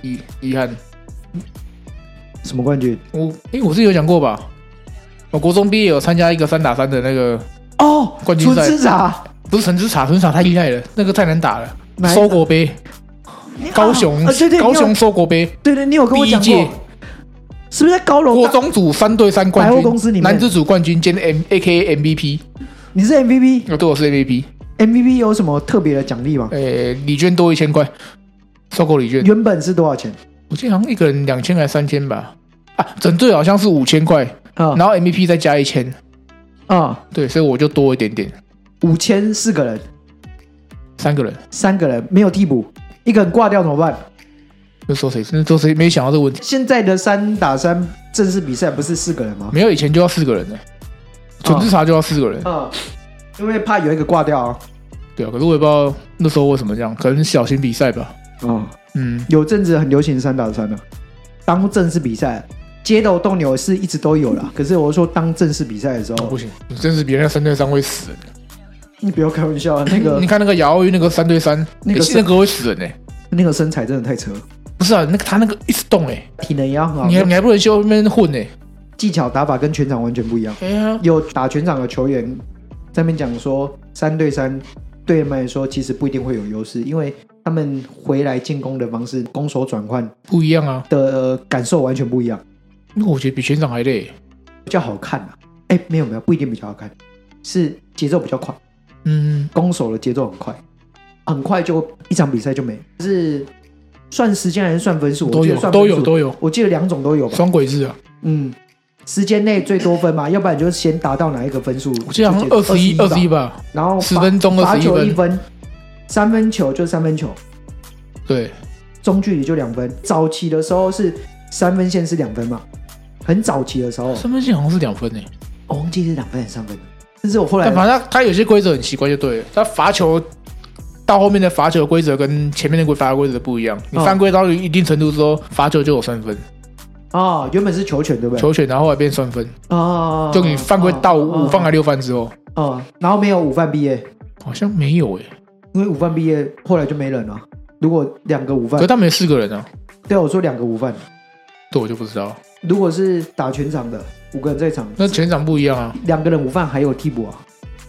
遗遗憾。什么冠军？我诶、我是有讲过吧？我国中毕业有参加一个三打三的那个，哦，冠军纯赛之茶，不是橙汁茶，橙汁茶太厉害了，那个太难打了。哪一收国杯，你高雄啊，对对，高你有雄，收国杯，对对，你有跟我讲第一过届，是不是在高楼国大？中组三对三冠百货军，公司里面男子组冠军兼 M A K A M V P，你是 MVP，MVP 我对我是 M V P，有什么特别的奖励吗？呃，礼券多一千块，收购礼券，原本是多少钱？我记得好像一个人两千还是三千吧，啊，整队好像是五千块，啊然后 M V P 再加一千，啊，对，所以我就多一点点，五千四个人，三个人，三个人没有替补，一个人挂掉怎么办？就说谁，真的说谁没想到这个问题，现在的三打三正式比赛不是四个人吗？没有以前就要四个人呢，纯制茶就要四个人，啊，因为怕有一个挂掉啊。对啊，可是我也不知道那时候为什么这样，可能小型比赛吧，啊，嗯，有阵子很流行三打三的、啊当正式比赛，街头斗牛是一直都有啦。可是我说当正式比赛的时哦、候不，行，真是别人三对三会死人。你不要开玩笑啊，那个你看那个亚奥运那个三对三，那个欸是那个会死人呢、那个身材真的太扯了，不是啊，那个他那个一直动哎、体能也要很好，你还你还不能去外面混呢、技巧打法跟全场完全不一样。哎呀，有打全场的球员在那边讲说，三对三对他们来说其实不一定会有优势，因为他们回来进攻的方式、攻守转换不一样啊，的呃感受完全不一样，那个我觉得比全场还累。比较好看啊。哎，没有没有，不一定比较好看，是节奏比较快，嗯，攻守的节奏很快，很快就一场比赛就没了，是算时间还是算分数？我都记有得算都分有数，都有，我记得两种都有吧。双轨制啊，嗯，时间内最多分嘛，要不然你就先达到哪一个分数。我记得好像二十一二十一吧，然后十罚分钟罚二十一球一分，分，三分球就三分球，对，中距离就两分。早期的时候是三分线是两分嘛，很早期的时候，三分线好像是两分呢、我忘记是两分还是三分了，但是我后来但反正他他有些规则很奇怪就对了，他罚球。到后面的罚球规则跟前面的规罚球规则不一样，你嗯犯规到一定程度之后，罚球就有三分，啊，原本是球权对不对？球权然后后来变三分，啊，就你犯规到五犯啊还六犯之后，啊啊，然后没有午饭毕业，好像没有诶、因为午饭毕业后来就没人了。如果两个午可饭是，他们有四个人啊，对我说两个午饭，这我就不知道。如果是打全场的五个人在场，那全场不一样啊，两个人午饭还有替补啊，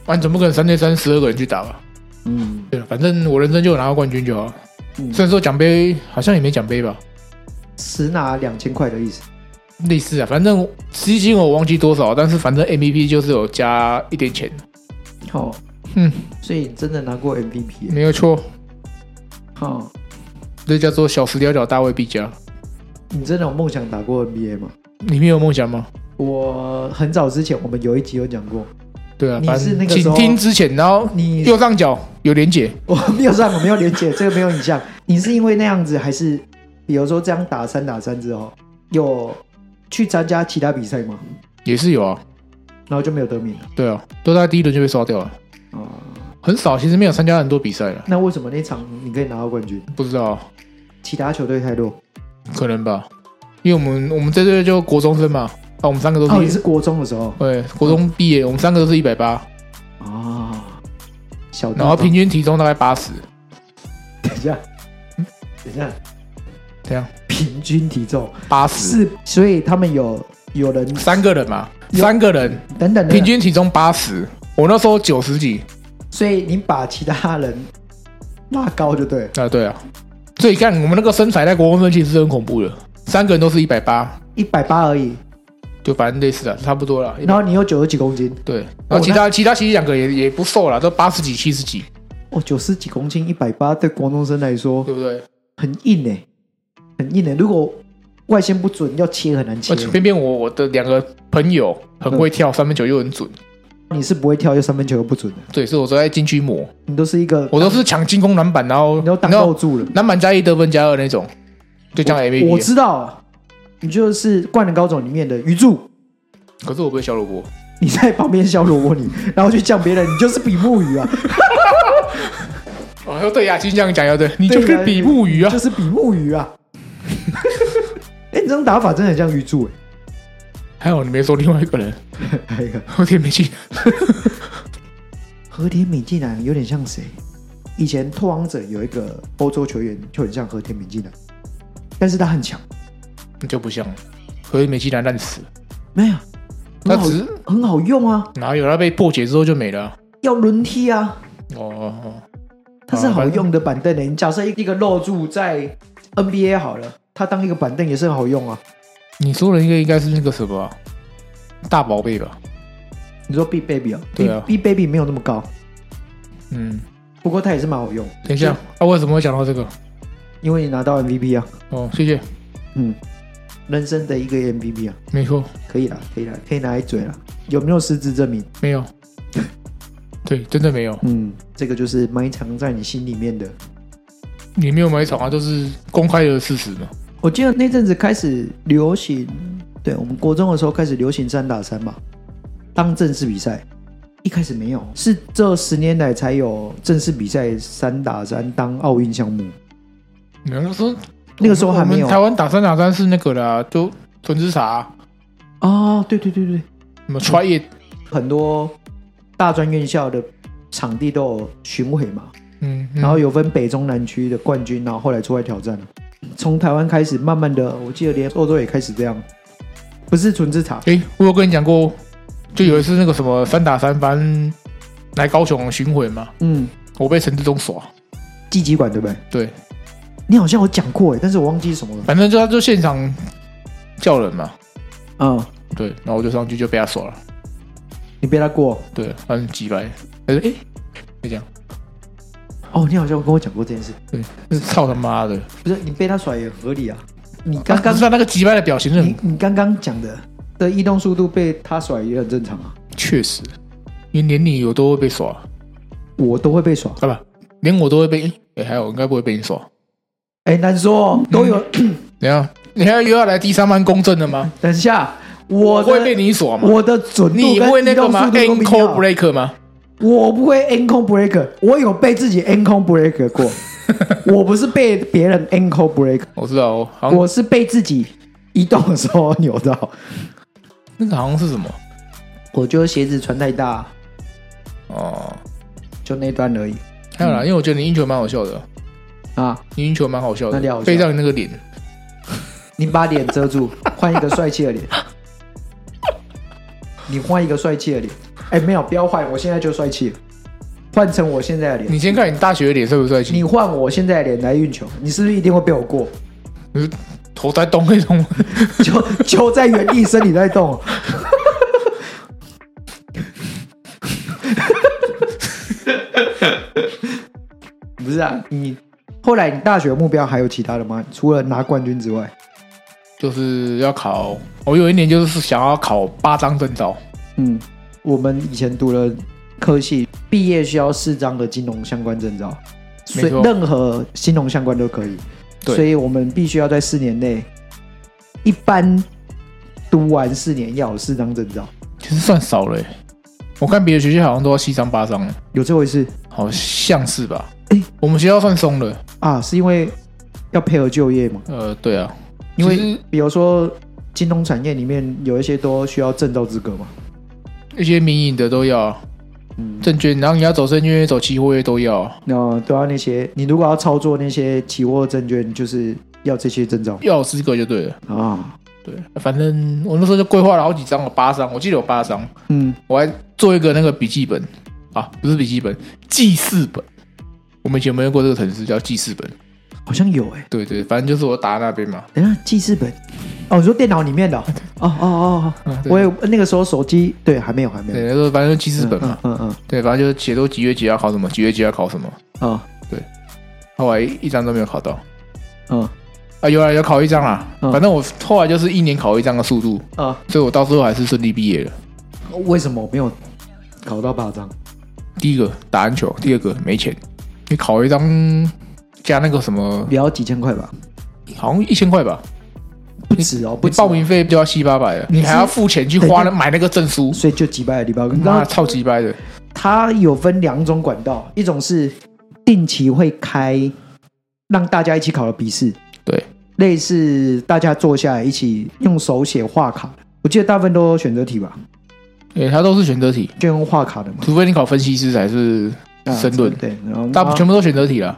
啊，你总不可能三对三十二个人去打吧？嗯对了，反正我人生就有拿到冠军就好。嗯，虽然说奖杯好像也没奖杯吧，实拿两千块的意思。类似啊，反正实际我忘记多少，但是反正 MVP 就是有加一点钱，好，嗯，哦所以你真的拿过 MVP 耶。没有错，好、这叫做小时了了，大未必佳。你真的有梦想打过 NBA 吗？你没有梦想吗？我很早之前我们有一集有讲过，对啊，你是反正那个时请候听之前，然后你右上角有连结，我没有上，我没有连接，这个没有影像。 [laughs] 你是因为那样子，还是比如说这样打三打三之后，有去参加其他比赛吗？也是有啊，然后就没有得名了对啊，都在第一轮就被刷掉了，啊、哦很少，其实没有参加很多比赛了，那为什么那场你可以拿到冠军，不知道啊。其他球队太弱？可能吧，因为我们我们这队就国中生嘛，啊，我们三个都哦，你是，是国中的时候对，国中毕业，我们三个都是一百八，啊、小弟哦然后平均体重大概八十，等一下，等一下，这样平均体重八十，是，所以他们有有人嗯三个人嘛，三个人等等的平均体重八十，我那时候九十几所以你把其他人拉高就对了。啊，对啊，所以看我们那个身材在国中生其实是很恐怖的，三个人都是一百八，一百八而已，就反正类似的差不多了，然后你有九十几公斤，对，然后其他其他其实两个也也不瘦了，都八十几七十几，哦，九十几公斤，一百八对国中生来说对不对？很硬哎、很硬哎、如果外线不准，要切很难切而。且偏偏我我的两个朋友很会跳三分球又很准，你是不会跳，又三分球又不准的，对，所以我都在禁区磨。你都是一个，我都是抢进攻篮板，然后你都挡然到后住了。篮板加一得分加二那种，就这样 MVP 我了。知道啊，你就是《灌篮高手》里面的鱼柱，可是我不会小萝卜，你在旁边削萝卜泥， [laughs] 然后去呛别人，你就是比目 [laughs] 鱼啊，哦，又对呀，就这样讲要对，你就是比目鱼啊就，是比目鱼啊。 [laughs] 哎、你这种打法真的很像鱼柱哎、还好你没说另外一个人，还 [laughs] 有一个我天没进，和田敏进男有点像谁？以前拓荒者有一个欧洲球员就很像和田敏进男，啊但是他很强，那就不像了。所以美肌男烂死了，没有，他很好只是很好用啊，哪有他被破解之后就没了啊、要轮踢啊，哦哦哦，它是好用的板凳呢、你假设一一个漏柱在 NBA 好了，它当一个板凳也是很好用啊。你说的应该应该是那个什么啊、大宝贝吧？你说 B Baby 啊对啊 b Baby 没有那么高，嗯，不过它也是蛮好用，等一下，啊，为什么会讲到这个？因为你拿到 MVP 啊，哦，谢谢，嗯，人生的一个 MVP 啊，没错，可以啦，可以啦，可以拿来嘴啦。有没有实质证明？没有， [laughs] 对，真的没有，嗯，这个就是埋藏在你心里面的。你没有买场啊，就是公开的事实嘛。我记得那阵子开始流行，对我们国中的时候开始流行三打三嘛，当正式比赛。一开始没有，是这十年来才有正式比赛三打三当奥运项目。你们说那个时候还没我有们台湾打三打三是那个啦，就纯之茶、哦，对对对对，啊什嗯么 try it，很多大专院校的场地都有巡回嘛，嗯，嗯然后有分北中南区的冠军，然后后来出来挑战了。从台湾开始，慢慢的，我记得连欧洲也开始这样，不是纯自塔，诶，我有跟你讲过，就有一次那个什么三打三班来高雄巡回嘛，嗯，我被陈志忠耍，积极馆对不对？对，你好像有讲过哎，但是我忘记是什么了。反正就他就现场叫人嘛，嗯，对，然后我就上去就被他耍了，你被他过对，很鸡掰，他说诶，就这样，哦，你好像跟我讲过这件事，是操他妈的，不是你被他甩也合理啊。你刚刚、啊他那个鸡掰的表情是很你你刚刚讲的的移动速度被他甩也很正常啊，确实，因为连你有都会被耍，我都会被甩。好吧，连我都会被，诶，还有应该不会被你耍，哎，难说哦都有。怎样？你还要又要来第三班公正的吗？ [coughs] 等一下，我我的会被你耍吗？我的准度你会跟那移个动吗速度都不一？ankle 样。 break 吗？我不会 ankle break，我有被自己 ankle break [laughs] 过，我不是被别人 ankle break，我知道，我好像我是被自己移动的时候扭到。那个好像是什么？我觉得鞋子穿太大，哦，就那段而已还嗯有啦，因为我觉得你运球蛮好笑的，啊。你运球蛮好笑哪里好的，笑背上你那个脸，你把脸遮住，换一个帅气的脸。你换一个帅气的脸，哎，没有，不要换，我现在就帅气了，换成我现在的脸。你先看你大学的脸帅不帅气你，换我现在的脸来运球，你是不是一定会被我过？头在动一动，球球在原地，身体在动。不是啊，你后来你大学目标还有其他的吗？除了拿冠军之外， [laughs] 就是要考。我有一年就是想要考八张证照，嗯，我们以前读了科系，毕业需要四张的金融相关证照，所没以错任何金融相关都可以。对所以我们必须要在四年内，一般读完四年要有四张证照，其实算少了欸。我看别的学校好像都要七张八张了，有这回事好像是吧诶？我们学校算松了，啊？是因为要配合就业吗？呃，对啊，因为其实比如说金融产业里面有一些都需要证照资格嘛，一些民营的都要啊嗯，证券，然后你要走证券业、走期货业都要啊，那都要哦那些你如果要操作那些期货证券，就是要这些证照要有资格就对了。啊，对，反正我那时候就规划了好几张，我八张，我记得有八张，嗯，我还做一个那个笔记本啊，不是笔记本，记事本。我们以前有没有用过这个程式叫记事本？好像有哎、对对，反正就是我打那边嘛。等一下记事本哦，你说电脑里面的哦哦哦哦，哦嗯，对我有那个时候手机对还没有还没有对，那时候反正就记事本嘛。嗯嗯对，反正就是写都几月几要考什么，几月几要考什么。嗯啊后来一张都没有考到嗯啊，有啊有考一张啦。嗯反正我后来就是一年考一张的速度，啊，所以我到最后还是顺利毕业了。为什么我没有考到八张？第一个打篮球，第二个没钱，你考一张加那个什么，也要几千块吧，好像一千块吧，不止哦，不你止哦报名，费就要七八百了，你还要付钱去花那买那个 [laughs] 证书，所以就几百个礼拜。然妈后的超级掰的。它有分两种管道，一种是定期会开让大家一起考的笔试，对，类似大家坐下来一起用手写画卡的。我记得大部分都有选择题吧，诶，它都是选择题，就用画卡的嘛。除非你考分析师还是啊申论，对，然后大然部后全部都选择题了。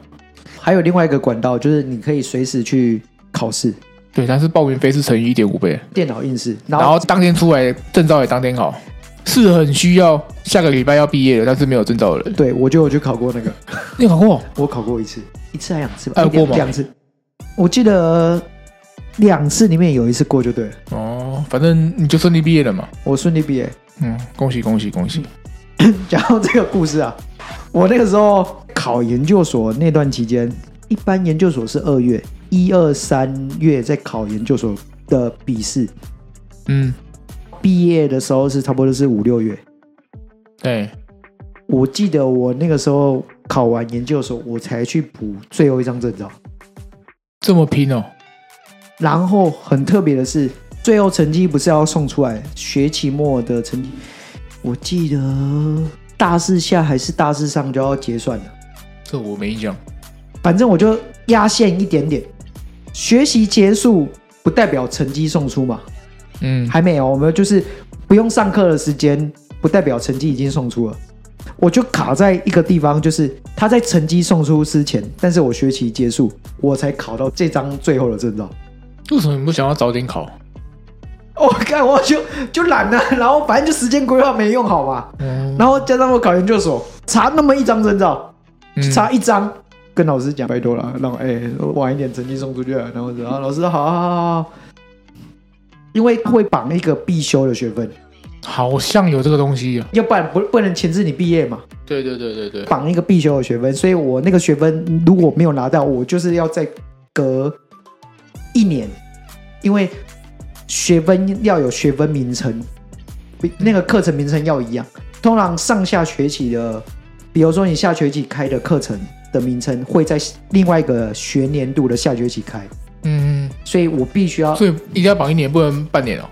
还有另外一个管道，就是你可以随时去考试，对，但是报名费是乘以一点五倍，电脑应试，然然后后当天出来证照也当天考，是很需要下个礼拜要毕业了，但是没有证照的人。对我就有去考过那个，你有考过？我考过一次，一次还两次吧？哎有过两吗两次，我记得两次里面有一次过就对了，哦，反正你就顺利毕业了嘛。我顺利毕业。 [laughs] 嗯，恭喜恭喜恭喜！讲到这个故事啊，我那个时候考研究所那段期间，一般研究所是二月、一二三月在考研究所的笔试，嗯，毕业的时候是差不多是五六月。对，我记得我那个时候考完研究所，我才去补最后一张证照。这么拼哦。然后很特别的是，最后成绩不是要送出来，学期末的成绩，我记得大四下还是大四上就要结算了。这我没印象。反正我就压线一点点。学习结束不代表成绩送出嘛，嗯，还没有，我们就是不用上课的时间，不代表成绩已经送出了。我就卡在一个地方，就是他在成绩送出之前，但是我学期结束，我才考到这张最后的证照。 [laughs] 为什么你不想要早点考？我、看我就就懒了，然后反正就时间规划没用好嘛，嗯，然后加上我考研究所，查那么一张证照，嗯差一张，跟老师讲，拜托了，让哎、晚一点成绩送出去了，然后然后老师好好好好，因为会绑一个必修的学分，好像有这个东西啊。要不然不不能强制你毕业嘛，对对对对对，绑一个必修的学分，所以我那个学分如果没有拿到，我就是要再隔一年，因为学分要有学分名称，比那个课程名称要一样。通常上下学期的，比如说你下学期开的课程的名称会在另外一个学年度的下学期开，嗯，所以我必须要所以一定要绑一年，不能半年哦。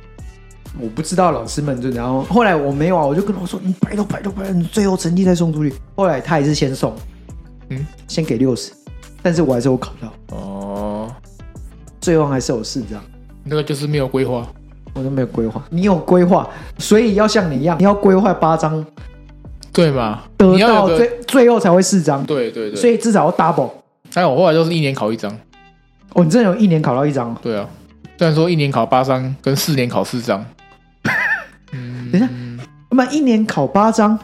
我不知道老师们就然后后来我没有啊，我就跟我说你拜托拜托拜托，你最后成绩再送出去。后来他还是先送，嗯，先给六十，但是我还是有考到，哦，最后还是有四张，那个就是没有规划。我都没有规划。你有规划，所以要像你一样，你要规划八张，对嘛？得你要到有个最最后才会四张，对对对。所以至少要 double。还有我后来都是一年考一张。哦，你真的有一年考到一张哦？对啊，虽然说一年考八张，跟四年考四张。嗯，等一下那么一年考八张，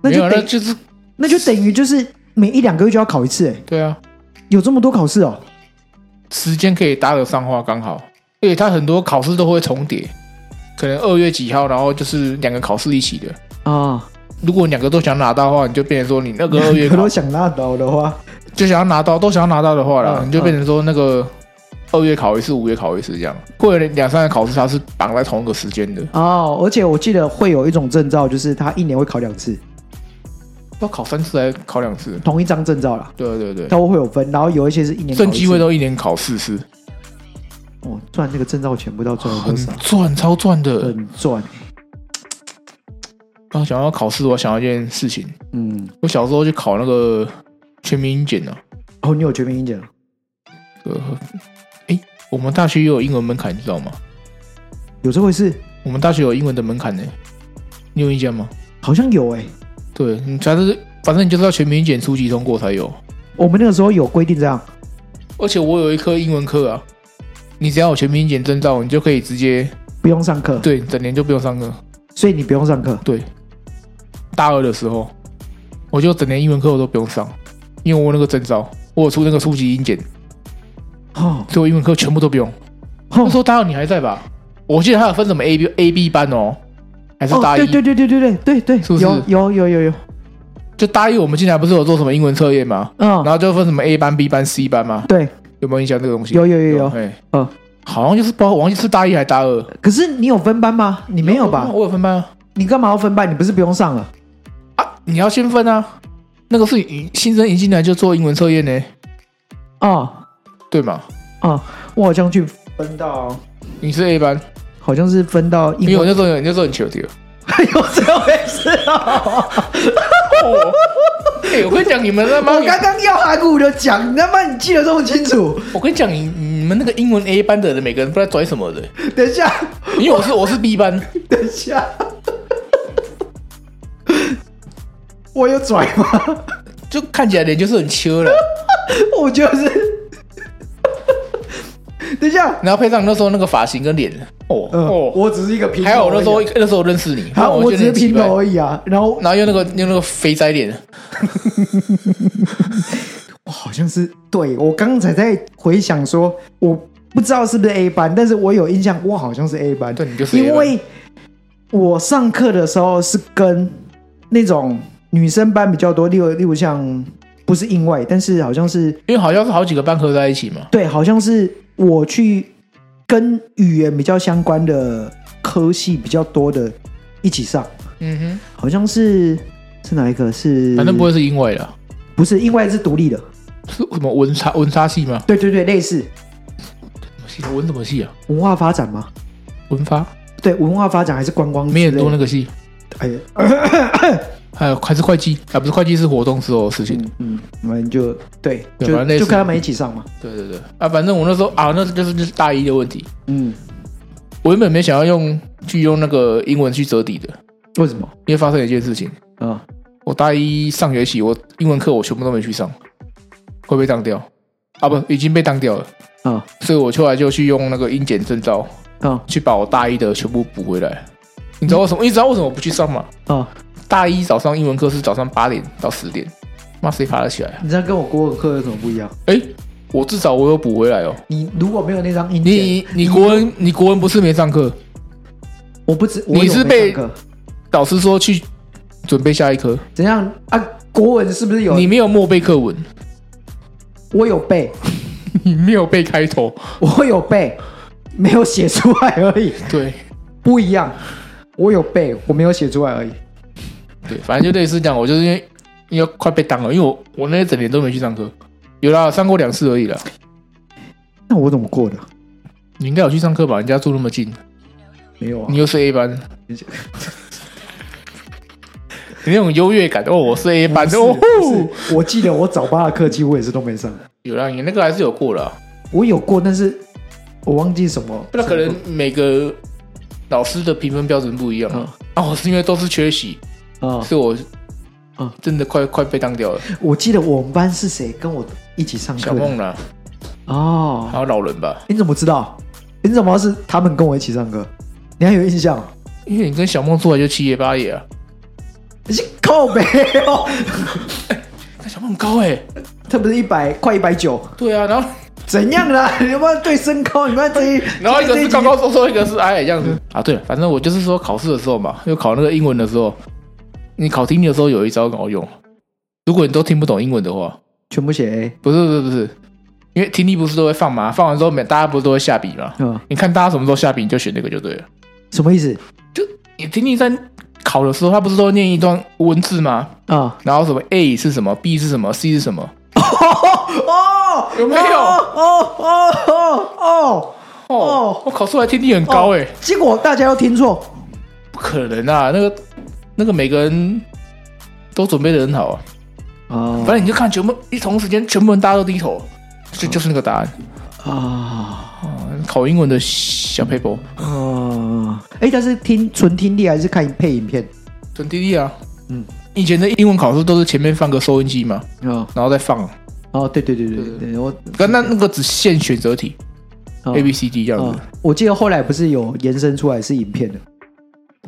那没就有，那等就是那就等于就是每一两个月就要考一次，哎，对啊，有这么多考试哦。时间可以搭得上话刚好。而且它很多考试都会重叠，可能二月几号，然后就是两个考试一起的。啊，如果两个都想拿到的话，你就变成说你那个二月我考 [laughs] 都想拉倒的话，就想要拿到，都想要拿到的话啦，嗯你就变成说那个二月考一次，五月考一次这样，会有两三个考试它是绑在同一个时间的，哦，而且我记得会有一种证照，就是他一年会考两次，要考三次还是考两次？同一张证照啦，对啊对对，都会有分。然后有一些是一年考一正次机会都一年考四次，哦，赚这个证照钱不知道赚了很多少，赚，超赚的。很赚。刚想到考试，我想到一件事情，嗯，我小时候去考那个全民英检啊，哦，你有全民英检了呃，哎，我们大学也有英文门槛，你知道吗？有这回事？我们大学有英文的门槛呢、你有印象吗？好像有哎、对你反正反正你就是要全民英检初级通过才有。我们那个时候有规定这样，而且我有一科英文课啊，你只要有全民英检证照，你就可以直接不用上课，对整年就不用上课。所以你不用上课。对，大二的时候，我就整年英文课我都不用上，因为我有那个证照，我有出那个初级英检，哦，所以我英文课全部都不用。那时哦，候大二你还在吧？我记得还有分什么 A B A B 班哦， [laughs] 还是大一？对对对对对对对对，是不是有有有有有，就大一我们进来不是有做什么英文测验吗？然嗯，后就分什么 A 班、B 班、C 班吗？对，有没有印象这个东西？有有有有。哎，嗯好像就是包，我忘记是大一还是大二？可是你有分班吗？你没有吧？我有分班啊。你干嘛要分班？你不是不用上了？啊，你要先分啊，那个是你新生一进来就做英文测验呢，哦对吗？哦，我好像去分到，你是 A 班，好像是分到因英为文我那时候有那时候很求题了。 [laughs] 有这回事 [laughs] 哦！哦，哎，我跟你讲，你们他妈，我刚刚要韩股就讲，你他妈你记得这么清楚？我跟你讲，你你们那个英文 A 班的人，每个人不知道拽什么的，等一下，因为我是我是 B 班，等一下，我有拽吗？ [laughs] 就看起来脸就是很秋了。我就是， [laughs] 等一下，然后配上那时候那个发型跟脸，哦呃，哦，我只是一个平头而已还啊，有那时候那时候我认识你，啊，我只觉是得你很奇平怪头而已啊。然后然后用那个用那个肥仔脸，我好像是对我刚才在回想说，我不知道是不是 A 班，但是我有印象，我好像是 A 班，对你就是因为我上课的时候是跟那种女生班比较多，例如例如像不是英外，但是好像是因为好像是好几个班合在一起嘛，对，好像是我去跟语言比较相关的科系比较多的一起上，嗯好像是是哪一个？是哼，反正不会是因为了，不是英外是独立的，是什么文差文差系吗？对对对，类似什么系文什么系啊？文化发展吗？文发对文化发展还是观光之没类很的？多那个嗯系，哎呀，还有还是会计啊？不是会计是活动时候的事情。嗯嗯，我们就对，对就反正类似就跟他们一起上嘛。对对对啊，反正我那时候啊，那就是就是大一的问题。嗯，我原本没想要用去用那个英文去折抵的，为什么？因为发生了一件事情，啊、我大一上学期我英文课我全部都没去上，会被当掉啊？不，已经被当掉了，啊所以我后来就去用那个英检证照啊去把我大一的全部补回来。你知道为什么？你知道为什么我不去上吗？啊！大一早上英文课是早上八点到十点，妈谁爬得起来啊？你这样跟我国文课有什么不一样？哎，我至少我有补回来哦。你如果没有那张硬件，你你国文你国文不是没上课，我不止我你有是没被上课老师说去准备下一科，怎样啊？国文是不是有你没有默背课文，我有 [laughs] 背，你没有背开头，我有背，没有写出来而已，对不一样。我有背，我没有写出来而已。对，反正就类似这样。我就是因为因为快被当了，因为我我那一整年都没去上课，有啦，上过两次而已啦。那我怎么过的？你应该有去上课吧？人家住那么近，哦没有啊你，又是 A 班， [laughs] 你那种优越感哦，我是 A 班不是哦，不是我记得我早八的课几乎也是都没上，有啦，你那个还是有过啦。我有过，但是我忘记什么。那可能每个老师的评分标准不一样啊。嗯啊，我是因为都是缺席，啊、所以我啊真的快快被当掉了。我记得我们班是谁跟我一起上小课的？梦啦，哦，还有老人吧，你怎么知道？你怎么是他们跟我一起上课？你还有印象？因为你跟小梦出来就七爷八爷啊。你是靠北哦， [laughs] 那小梦很高哎、他不是一百快一百九，对啊，然后怎样啦？你们对身高，你们这一， [laughs] 然后一个这是集高高瘦瘦，一个是矮矮这样子啊。对了，反正我就是说考试的时候嘛，就考那个英文的时候，你考听力的时候有一招很好用。如果你都听不懂英文的话，全部写 A，不是不是不是，因为听力不是都会放嘛，放完之后每大家不是都会下笔嘛？嗯，你看大家什么时候下笔，你就选那个就对了。什么意思你听力在考的时候，他不是都念一段文字吗？啊？然后什么 A 是什么，B 是什么，C 是什么？哦，有没有哦哦哦哦哦哦，我考出来听力很高哎、结果大家都听错，不可能啊！那个那个每个人都准备的很好啊，啊反正你就看全部一同时间，全部人大家都低头，就就是那个答案。啊嗯考英文的小 paper 啊！哎，但是听纯听力还是看配影片？准听力啊，嗯嗯，以前的英文考试都是前面放个收音机嘛，啊然后再放，哦，对对对对对，我但那那个只限选择题哦 A B C D 这样子。啊，我记得后来不是有延伸出来是影片的。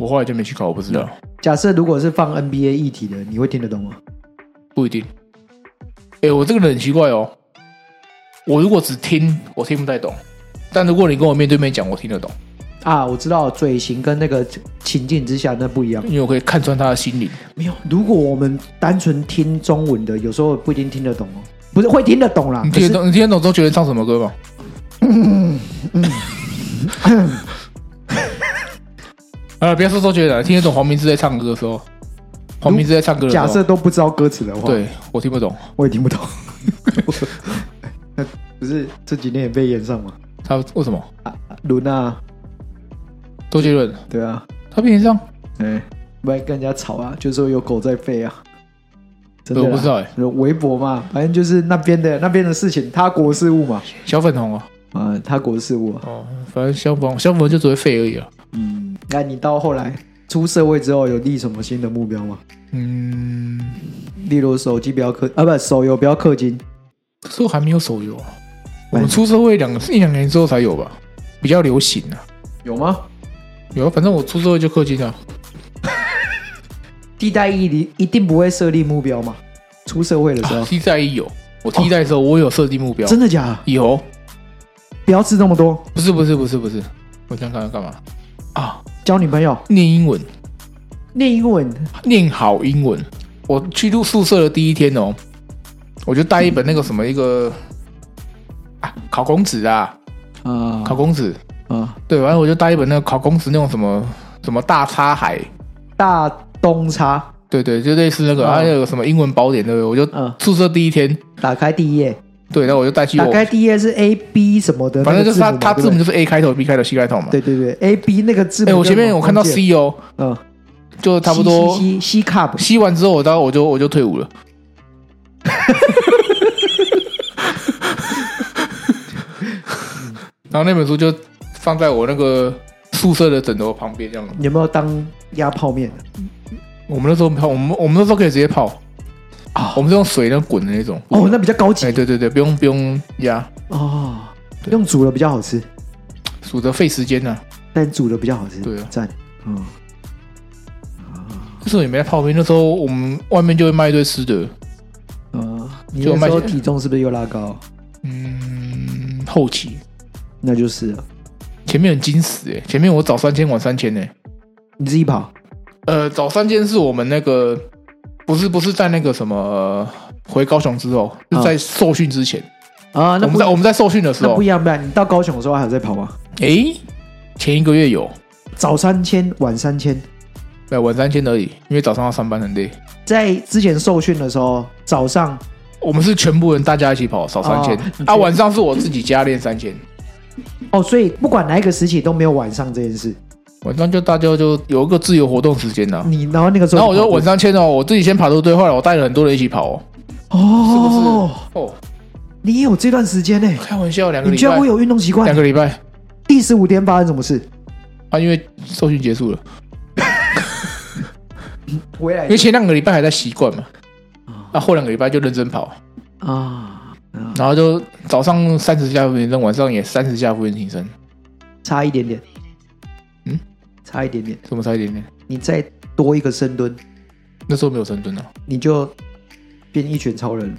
我后来就没去考，我不知道，假设如果是放 NBA 议题的，你会听得懂吗？不一定。哎，我这个人很奇怪哦，我如果只听，我听不太懂。但如果你跟我面对面讲，我听得懂，啊，我知道嘴型跟那个情境之下那不一样。因为我可以看穿他的心理。没有，如果我们单纯听中文的，有时候不一定听得懂哦，不是会听得懂啦你，啊可嗯听是得嗯懂？你听得懂周杰伦唱什么歌吗？ [laughs] 啊，不要说周杰伦，听得懂黄明志在唱歌的时候，黄明志在唱歌的时假候，设都不知道歌词的话，，对我听不懂，我也听 [laughs] 不懂。 [laughs] 那不是这几年也被延上吗？他为什么？伦啊，周杰伦对啊，他被人上，哎，不然跟人家吵啊，就说有狗在吠啊，真的啊我啦不知道哎、微博嘛，反正就是那边的那边的事情，他国事务嘛，小粉红啊，啊，他国事务啊，哦，反正小粉红小粉红就只会废而已啊。嗯，那你到后来出社会之后，有立什么新的目标吗？嗯，例如手机不要氪啊，不，手游不要氪金这时候还没有手游啊，我嗯们出社会两一两年之后才有吧，比较流行啊。有吗？有啊，反正我出社会就氪金啊了。替代役你一定不会设立目标嘛？出社会的时候，啊哦替代役有，哦我替代的时候我有设定目标，啊真的假的？有。不要吃那么多，不是不是不是不是，我想看看干嘛啊？交女朋友，念英文，念英文，念好英文。我去入宿舍的第一天哦，我就带一本那个什么一个啊考公子啊，啊考公子，啊，对，完了我就带一本那个考公子那种什么什么大插海，大东差，对对，就类似那个，哦还有什么英文宝典，对不对？我就嗯，宿舍第一天，打开第一页，对，然后我就带去打我，开第一页是 A B 什么的，反正就是那他个他字字母嘛，就是 A 开头、B 开头、C 开头嘛。对不对对对对，A B 那个字母。哎，我前面我看到 C 哦，嗯，就差不多 C C cup，吸完之后，我到我就我就退伍了。嗯然后那本书就放在我那个宿舍的枕头旁边，这样。有没有当压泡面？嗯我们那时候没泡，我们我们那时候可以直接泡啊我们是用水那滚的那种。哦，那比较高级哎，对对对，不用不用压，哦，对用煮的比较好吃，数着费时间呢、啊。但煮的比较好吃，对啊赞，嗯，那时候也没在泡面，那时候我们外面就会卖一堆吃的，呃，你嗯就那时候卖体重是不是又拉高？嗯，后期那就是了前面很惊死哎、前面我早三千晚三千呢、欸你自己跑，呃，早三间是我们那个，不是不是在那个什么、呃回高雄之后，嗯是在受训之前。啊，那我们不在我们在受训的时那候不一，样，不然你到高雄的时候还有在跑吗？诶，前一个月有，早三千，晚三千，对，晚三千而已，因为早上要上班很累。在之前受训的时候，早上我们是全部人大家一起跑，少三千、哦啊，晚上是我自己加练三千，哦，所以不管哪一个时期都没有晚上这件事。晚上就大家就有一个自由活动时间呐、你然后那个时候然跑步，后我就晚上签哦，我自己先跑路队，后来我带了很多人一起跑哦。哦，哦，你也有这段时间呢，开玩笑，两个你礼居然会拜，有运啊动习惯两。个礼拜第十五天发生什么事？啊，因为受训结束了，回来因为前两个礼拜还在习惯嘛啊，啊，后两个礼拜就认真跑，啊啊，然后就早上三十下俯卧撑，晚上也三十下俯卧撑，差一点点，嗯，差一点点。什么差一点点？你再多一个深蹲，那时候没有深蹲啊，你就变一拳超人了。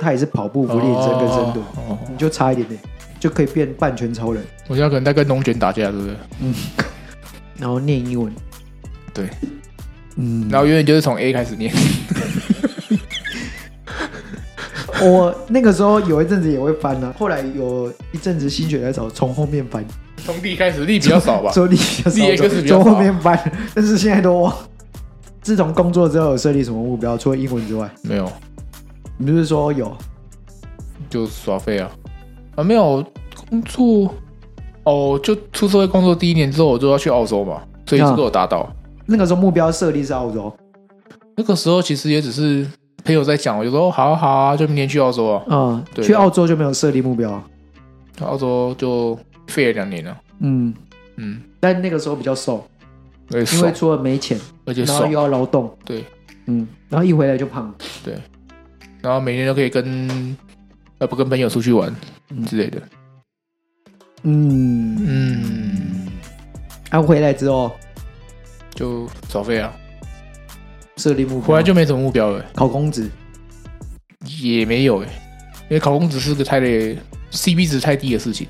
他也是跑步、不练身跟深蹲，哦。哦，哦你就差一点点，就可以变半拳超人。我现在可能在跟龙卷打架，对不对？然后念英文，对，嗯，然后永远就是从 A 开始念，我那个时候有一阵子也会翻啊，后来有一阵子心血来潮，从后面翻，从 D 开始，力比较少吧？所以就力 X 比较从少后面翻，但是现在都忘。自从工作之后有设立什么目标，除了英文之外，没有，你不是说有就耍废啊啊，没有工作哦，就出社会工作第一年之后，我就要去澳洲嘛，所以这个有达到。那个时候目标设立是澳洲那个时候其实也只是朋友在讲，我就说哦好啊好啊，就明年去澳洲啊，啊、对去澳洲就没有设立目标，啊澳洲就废了两年了，嗯，嗯，但那个时候比较瘦，而且因为爽，除了没钱，而且然后又爽，要劳动，对，嗯，然后一回来就胖，然后每年都可以跟呃不跟朋友出去玩嗯之类的，嗯，嗯，然后回来之后就耍废啊，设立目标，回来就没什么目标了，考公职，也没有哎、因为考公只是个太累，CP 值太低的事情。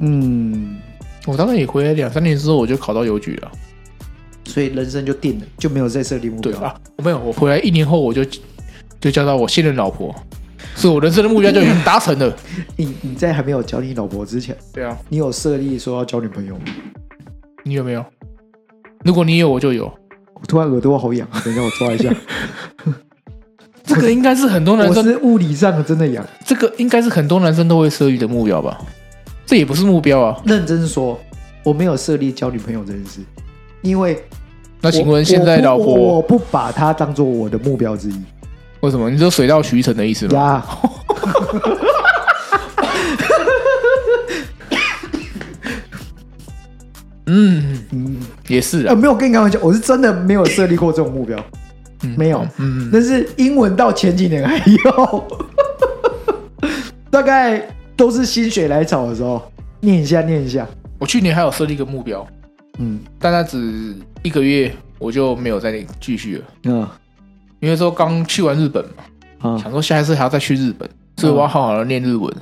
嗯，我大概也回来两三年之后，我就考到邮局了。所以人生就定了，就没有再设立目对标。啊，我没有，我回来一年后我就就交到我现任老婆，所以我人生的目标就已经达成了。你你在还没有交你老婆之前， [laughs] 对啊，你有设立说要交女朋友吗？你有没有？如果你有，我就有。我突然耳朵好 [laughs] 痒，等一下我抓一下，这个应该是很多男我生，是物理上的真的痒。这个应该是很多男生都会设立的目标吧？这也不是目标啊。认真说，我没有设立交女朋友这件事，因为那请问我现在我不老婆我不把她当做我的目标之一为什么？你说水到渠成的意思吗？呀。嗯，嗯，也是呃，啊。没有跟你开玩笑，我是真的没有设立过这种目标，嗯没有。嗯，嗯 [laughs] 但是英文到前几年还有，大概都是心血来潮的时候，念一下念一下，我去年还有设立一个目标，嗯但那只一个月我就没有再继续了，啊因为说刚去完日本嘛，啊，想说下一次还要再去日本，嗯所以我要好好的练日文。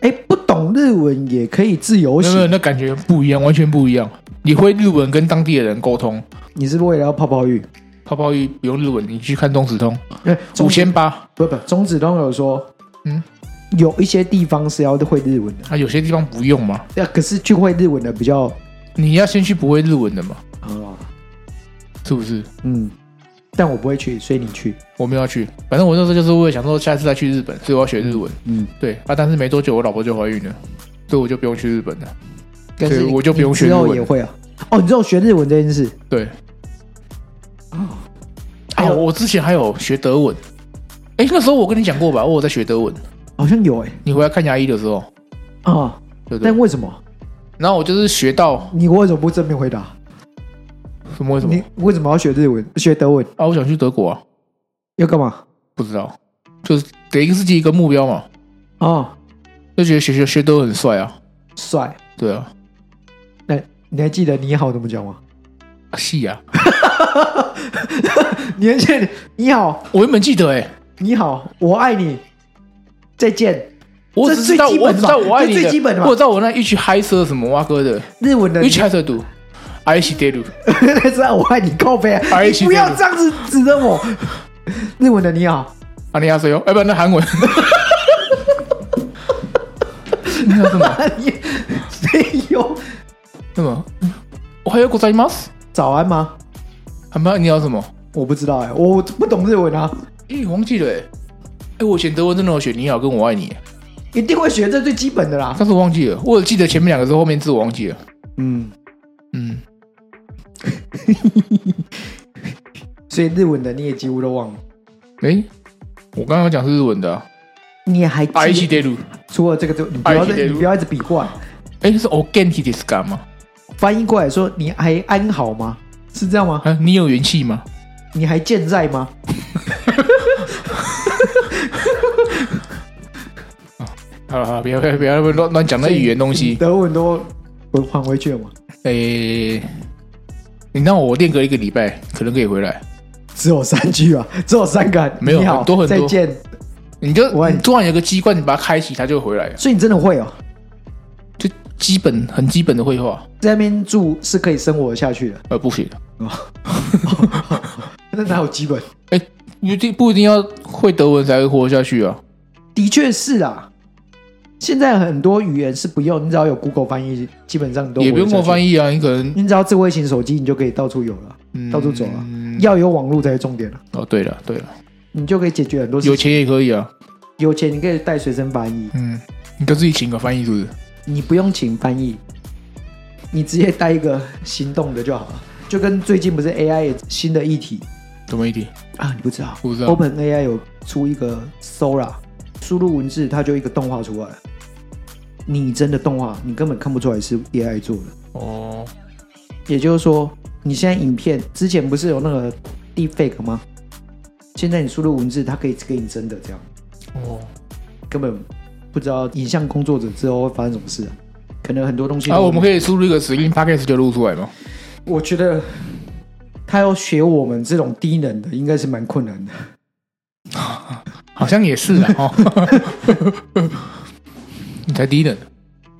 哎、不懂日文也可以自由没有没有，行，那感觉不一样，完全不一样。你会日文跟当地的人沟通，你是为了要泡泡浴？泡泡浴不用日文，你去看中子通哎，五中千八，不不，中子通有说，嗯，有一些地方是要会日文的，啊，有些地方不用嘛，那、可是去会日文的比较你要先去不会日文的嘛，啊，是不是？嗯，但我不会去，所以你去，我没有要去，反正我那时候就是为了想说下次再去日本，所以我要学日文。嗯，对啊，但是没多久我老婆就怀孕了，所以我就不用去日本了。但是对我就不用你学之日后文也会啊。哦，你知道学日文这件事，对，哦还啊，有我之前还有学德文，哎，那时候我跟你讲过吧，我有在学德文。好像有哎、你回来看牙医的时候，啊，对不对但？为什么？然后我就是学到你为什么不正面回答？什么为什么你为什么要学日文、学德文？啊？我想去德国啊，要干嘛？不知道，就是给自己一个目标嘛，哦，就觉得学学学德文很帅啊，帅！对啊，那你还记得你好怎么讲吗？啊戏啊，你还记得你好，我原本记得哎、你好，我爱你，再见。我只知道这最基我本只的知吧道我爱这你的最基本的，吧我知道我那一曲嗨色什么蛙哥的，日文的一你曲嗨色读，I 喜得鲁，才知道我爱你靠背啊，哎你 [laughs] 不要这样子指着我。日文的你好， [laughs] 阿尼亚塞哟，哎不，那韩文， [laughs] 那叫什么？你没有什么？我还有国在吗？早安吗？还没有你要什么？我不知道哎、我不懂日文啊，哎、我忘记了哎、哎、我选德文真的有选你好跟我爱你、一定会学这最基本的啦。但是我忘记了，我有记得前面两个字，后面字我忘记了。嗯，嗯，所以日文的你也几乎都忘了，哎、我刚刚讲是日文的、啊，你还爱记しでる。除了这个之外，你不要再爱一你起不要一直比划，哎、是 organic d i s c a 吗？翻译过来说你还安好吗？是这样吗？啊，你有元气吗？你还健在吗？好了好了，啊不要不要不要乱乱讲那语言东西。德文都我还回去了嘛？哎、你让我练个一个礼拜，可能可以回来。只有三句啊，只有三个，没有你好很多很多再见。你就我爱你你突然有个机关，你把它开启，它就会回来了。所以你真的会哦，就基本很基本的绘画，在那边住是可以生活下去的。呃，不行，那哪有基本？不一定不一定要会德文才会活下去啊。的确是啊，现在很多语言是不用，你只要有 Google 翻译，基本上你都也不用过过翻译。译啊，你可能、你只要智慧型手机，你就可以到处有了。嗯到处走啊要有网络才是重点了，啊哦，对了对了，你就可以解决很多事情。有钱也可以啊。有钱你可以带随身翻译，嗯，你就自己请个翻译是不是？你不用请翻译，你直接带一个行动的就好了。就跟最近不是 AI 新的议题怎么一点？啊，你不知道我不知道 o p e n AI 有出一个 Sora，输入文字它就一个动画出来了。拟真的动画，你根本看不出来是 AI 做的。哦，也就是说，你现在影片之前不是有那个 Deepfake 吗？现在你输入文字，它可以给你真的这样。哦，根本不知道影像工作者之后会发生什么事、啊，可能很多东西。啊，我们可以输入一个指令 p a c k a g e 就录出来吗？我觉得他要学我们这种低能的，应该是蛮困难的。好像也是 [laughs] 啊，哦， [laughs] 你才低等。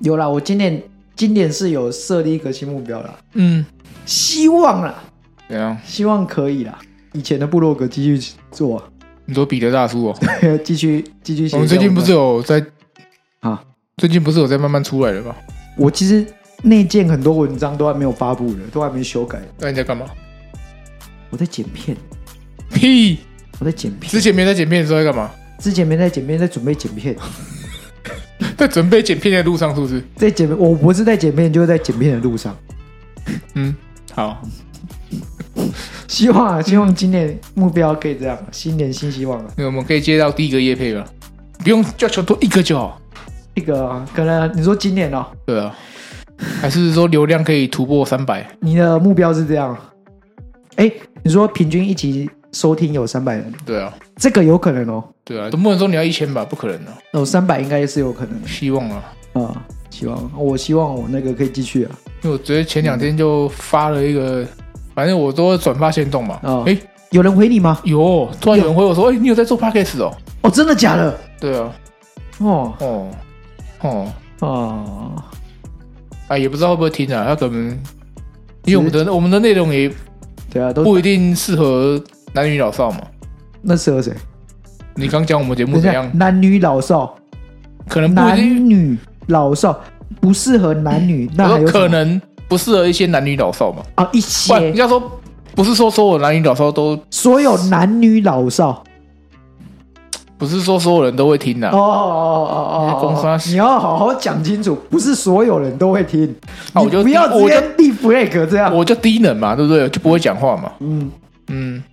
有啦，我今年今年是有设立一个新目标啦，嗯，希望啦，怎样？希望可以啦。以前的部落格继续做、啊， [laughs] 你说彼得大叔 [laughs] 哦，继续继续写我们最近不是有在啊？最近不是有在慢慢出来了吗？我其实内建很多文章都还没有发布的，都还没修改。那你在干嘛？我在剪片，屁！我在剪片，之前没在剪片的时候在干嘛？ [laughs] 之前没在剪片，在准备剪片， [laughs] 在准备剪片的路上是不是？在剪片。我不是在剪片，就是在剪片的路上。嗯，好，希望啊，希望今年目标可以这样，新年新希望啊。那我们可以接到第一个叶配吗？不用要求多一个就好。这个、啊、可能你说今年哦，对啊，还是说流量可以突破三百？啊你的目标是这样，哎，你说平均一集收听有三百人，对啊，这个有可能哦，对啊，总不能说你要一千吧？不可能的、有三百应该是有可能的希望啊，啊、希望我希望我那个可以继续啊，因为我昨天前两天就发了一个，反正我都转发先动嘛。哦哎、有人回你吗？有，突然有人回我说，哎、你有在做 podcast 哦？哦，真的假的？对啊，哦哦，哦，哦，啊，也不知道会不会听啊，他可能因为我们的我们的内容也对啊，都不一定适合男女老少嘛。那适合谁？你刚讲我们节目等一怎下样，？男女老少，可能不一男定，女老少不适合男女，那还我有说什么可能不适合一些男女老少嘛。啊，一不然，人些家说不是说所有男女老少都所有男女老少。不是说所有人都会听的、啊哦哦哦公哦哦司！你要好好讲清楚，不是所有人都会听，啊你我就不要直我就接立 flag 这样。我就低能嘛，对不对？就不会讲话嘛。嗯，嗯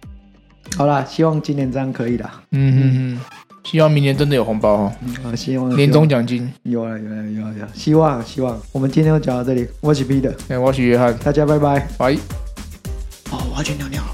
好啦，希望今年这样可以啦。嗯嗯嗯，希望明年真的有红包哦，嗯，好，希望年终奖金。有了有了有了有了，希望希望。我们今天就讲到这里，我是 Peter，哎，我是约翰，大家拜拜。拜。哦，我要去尿尿了。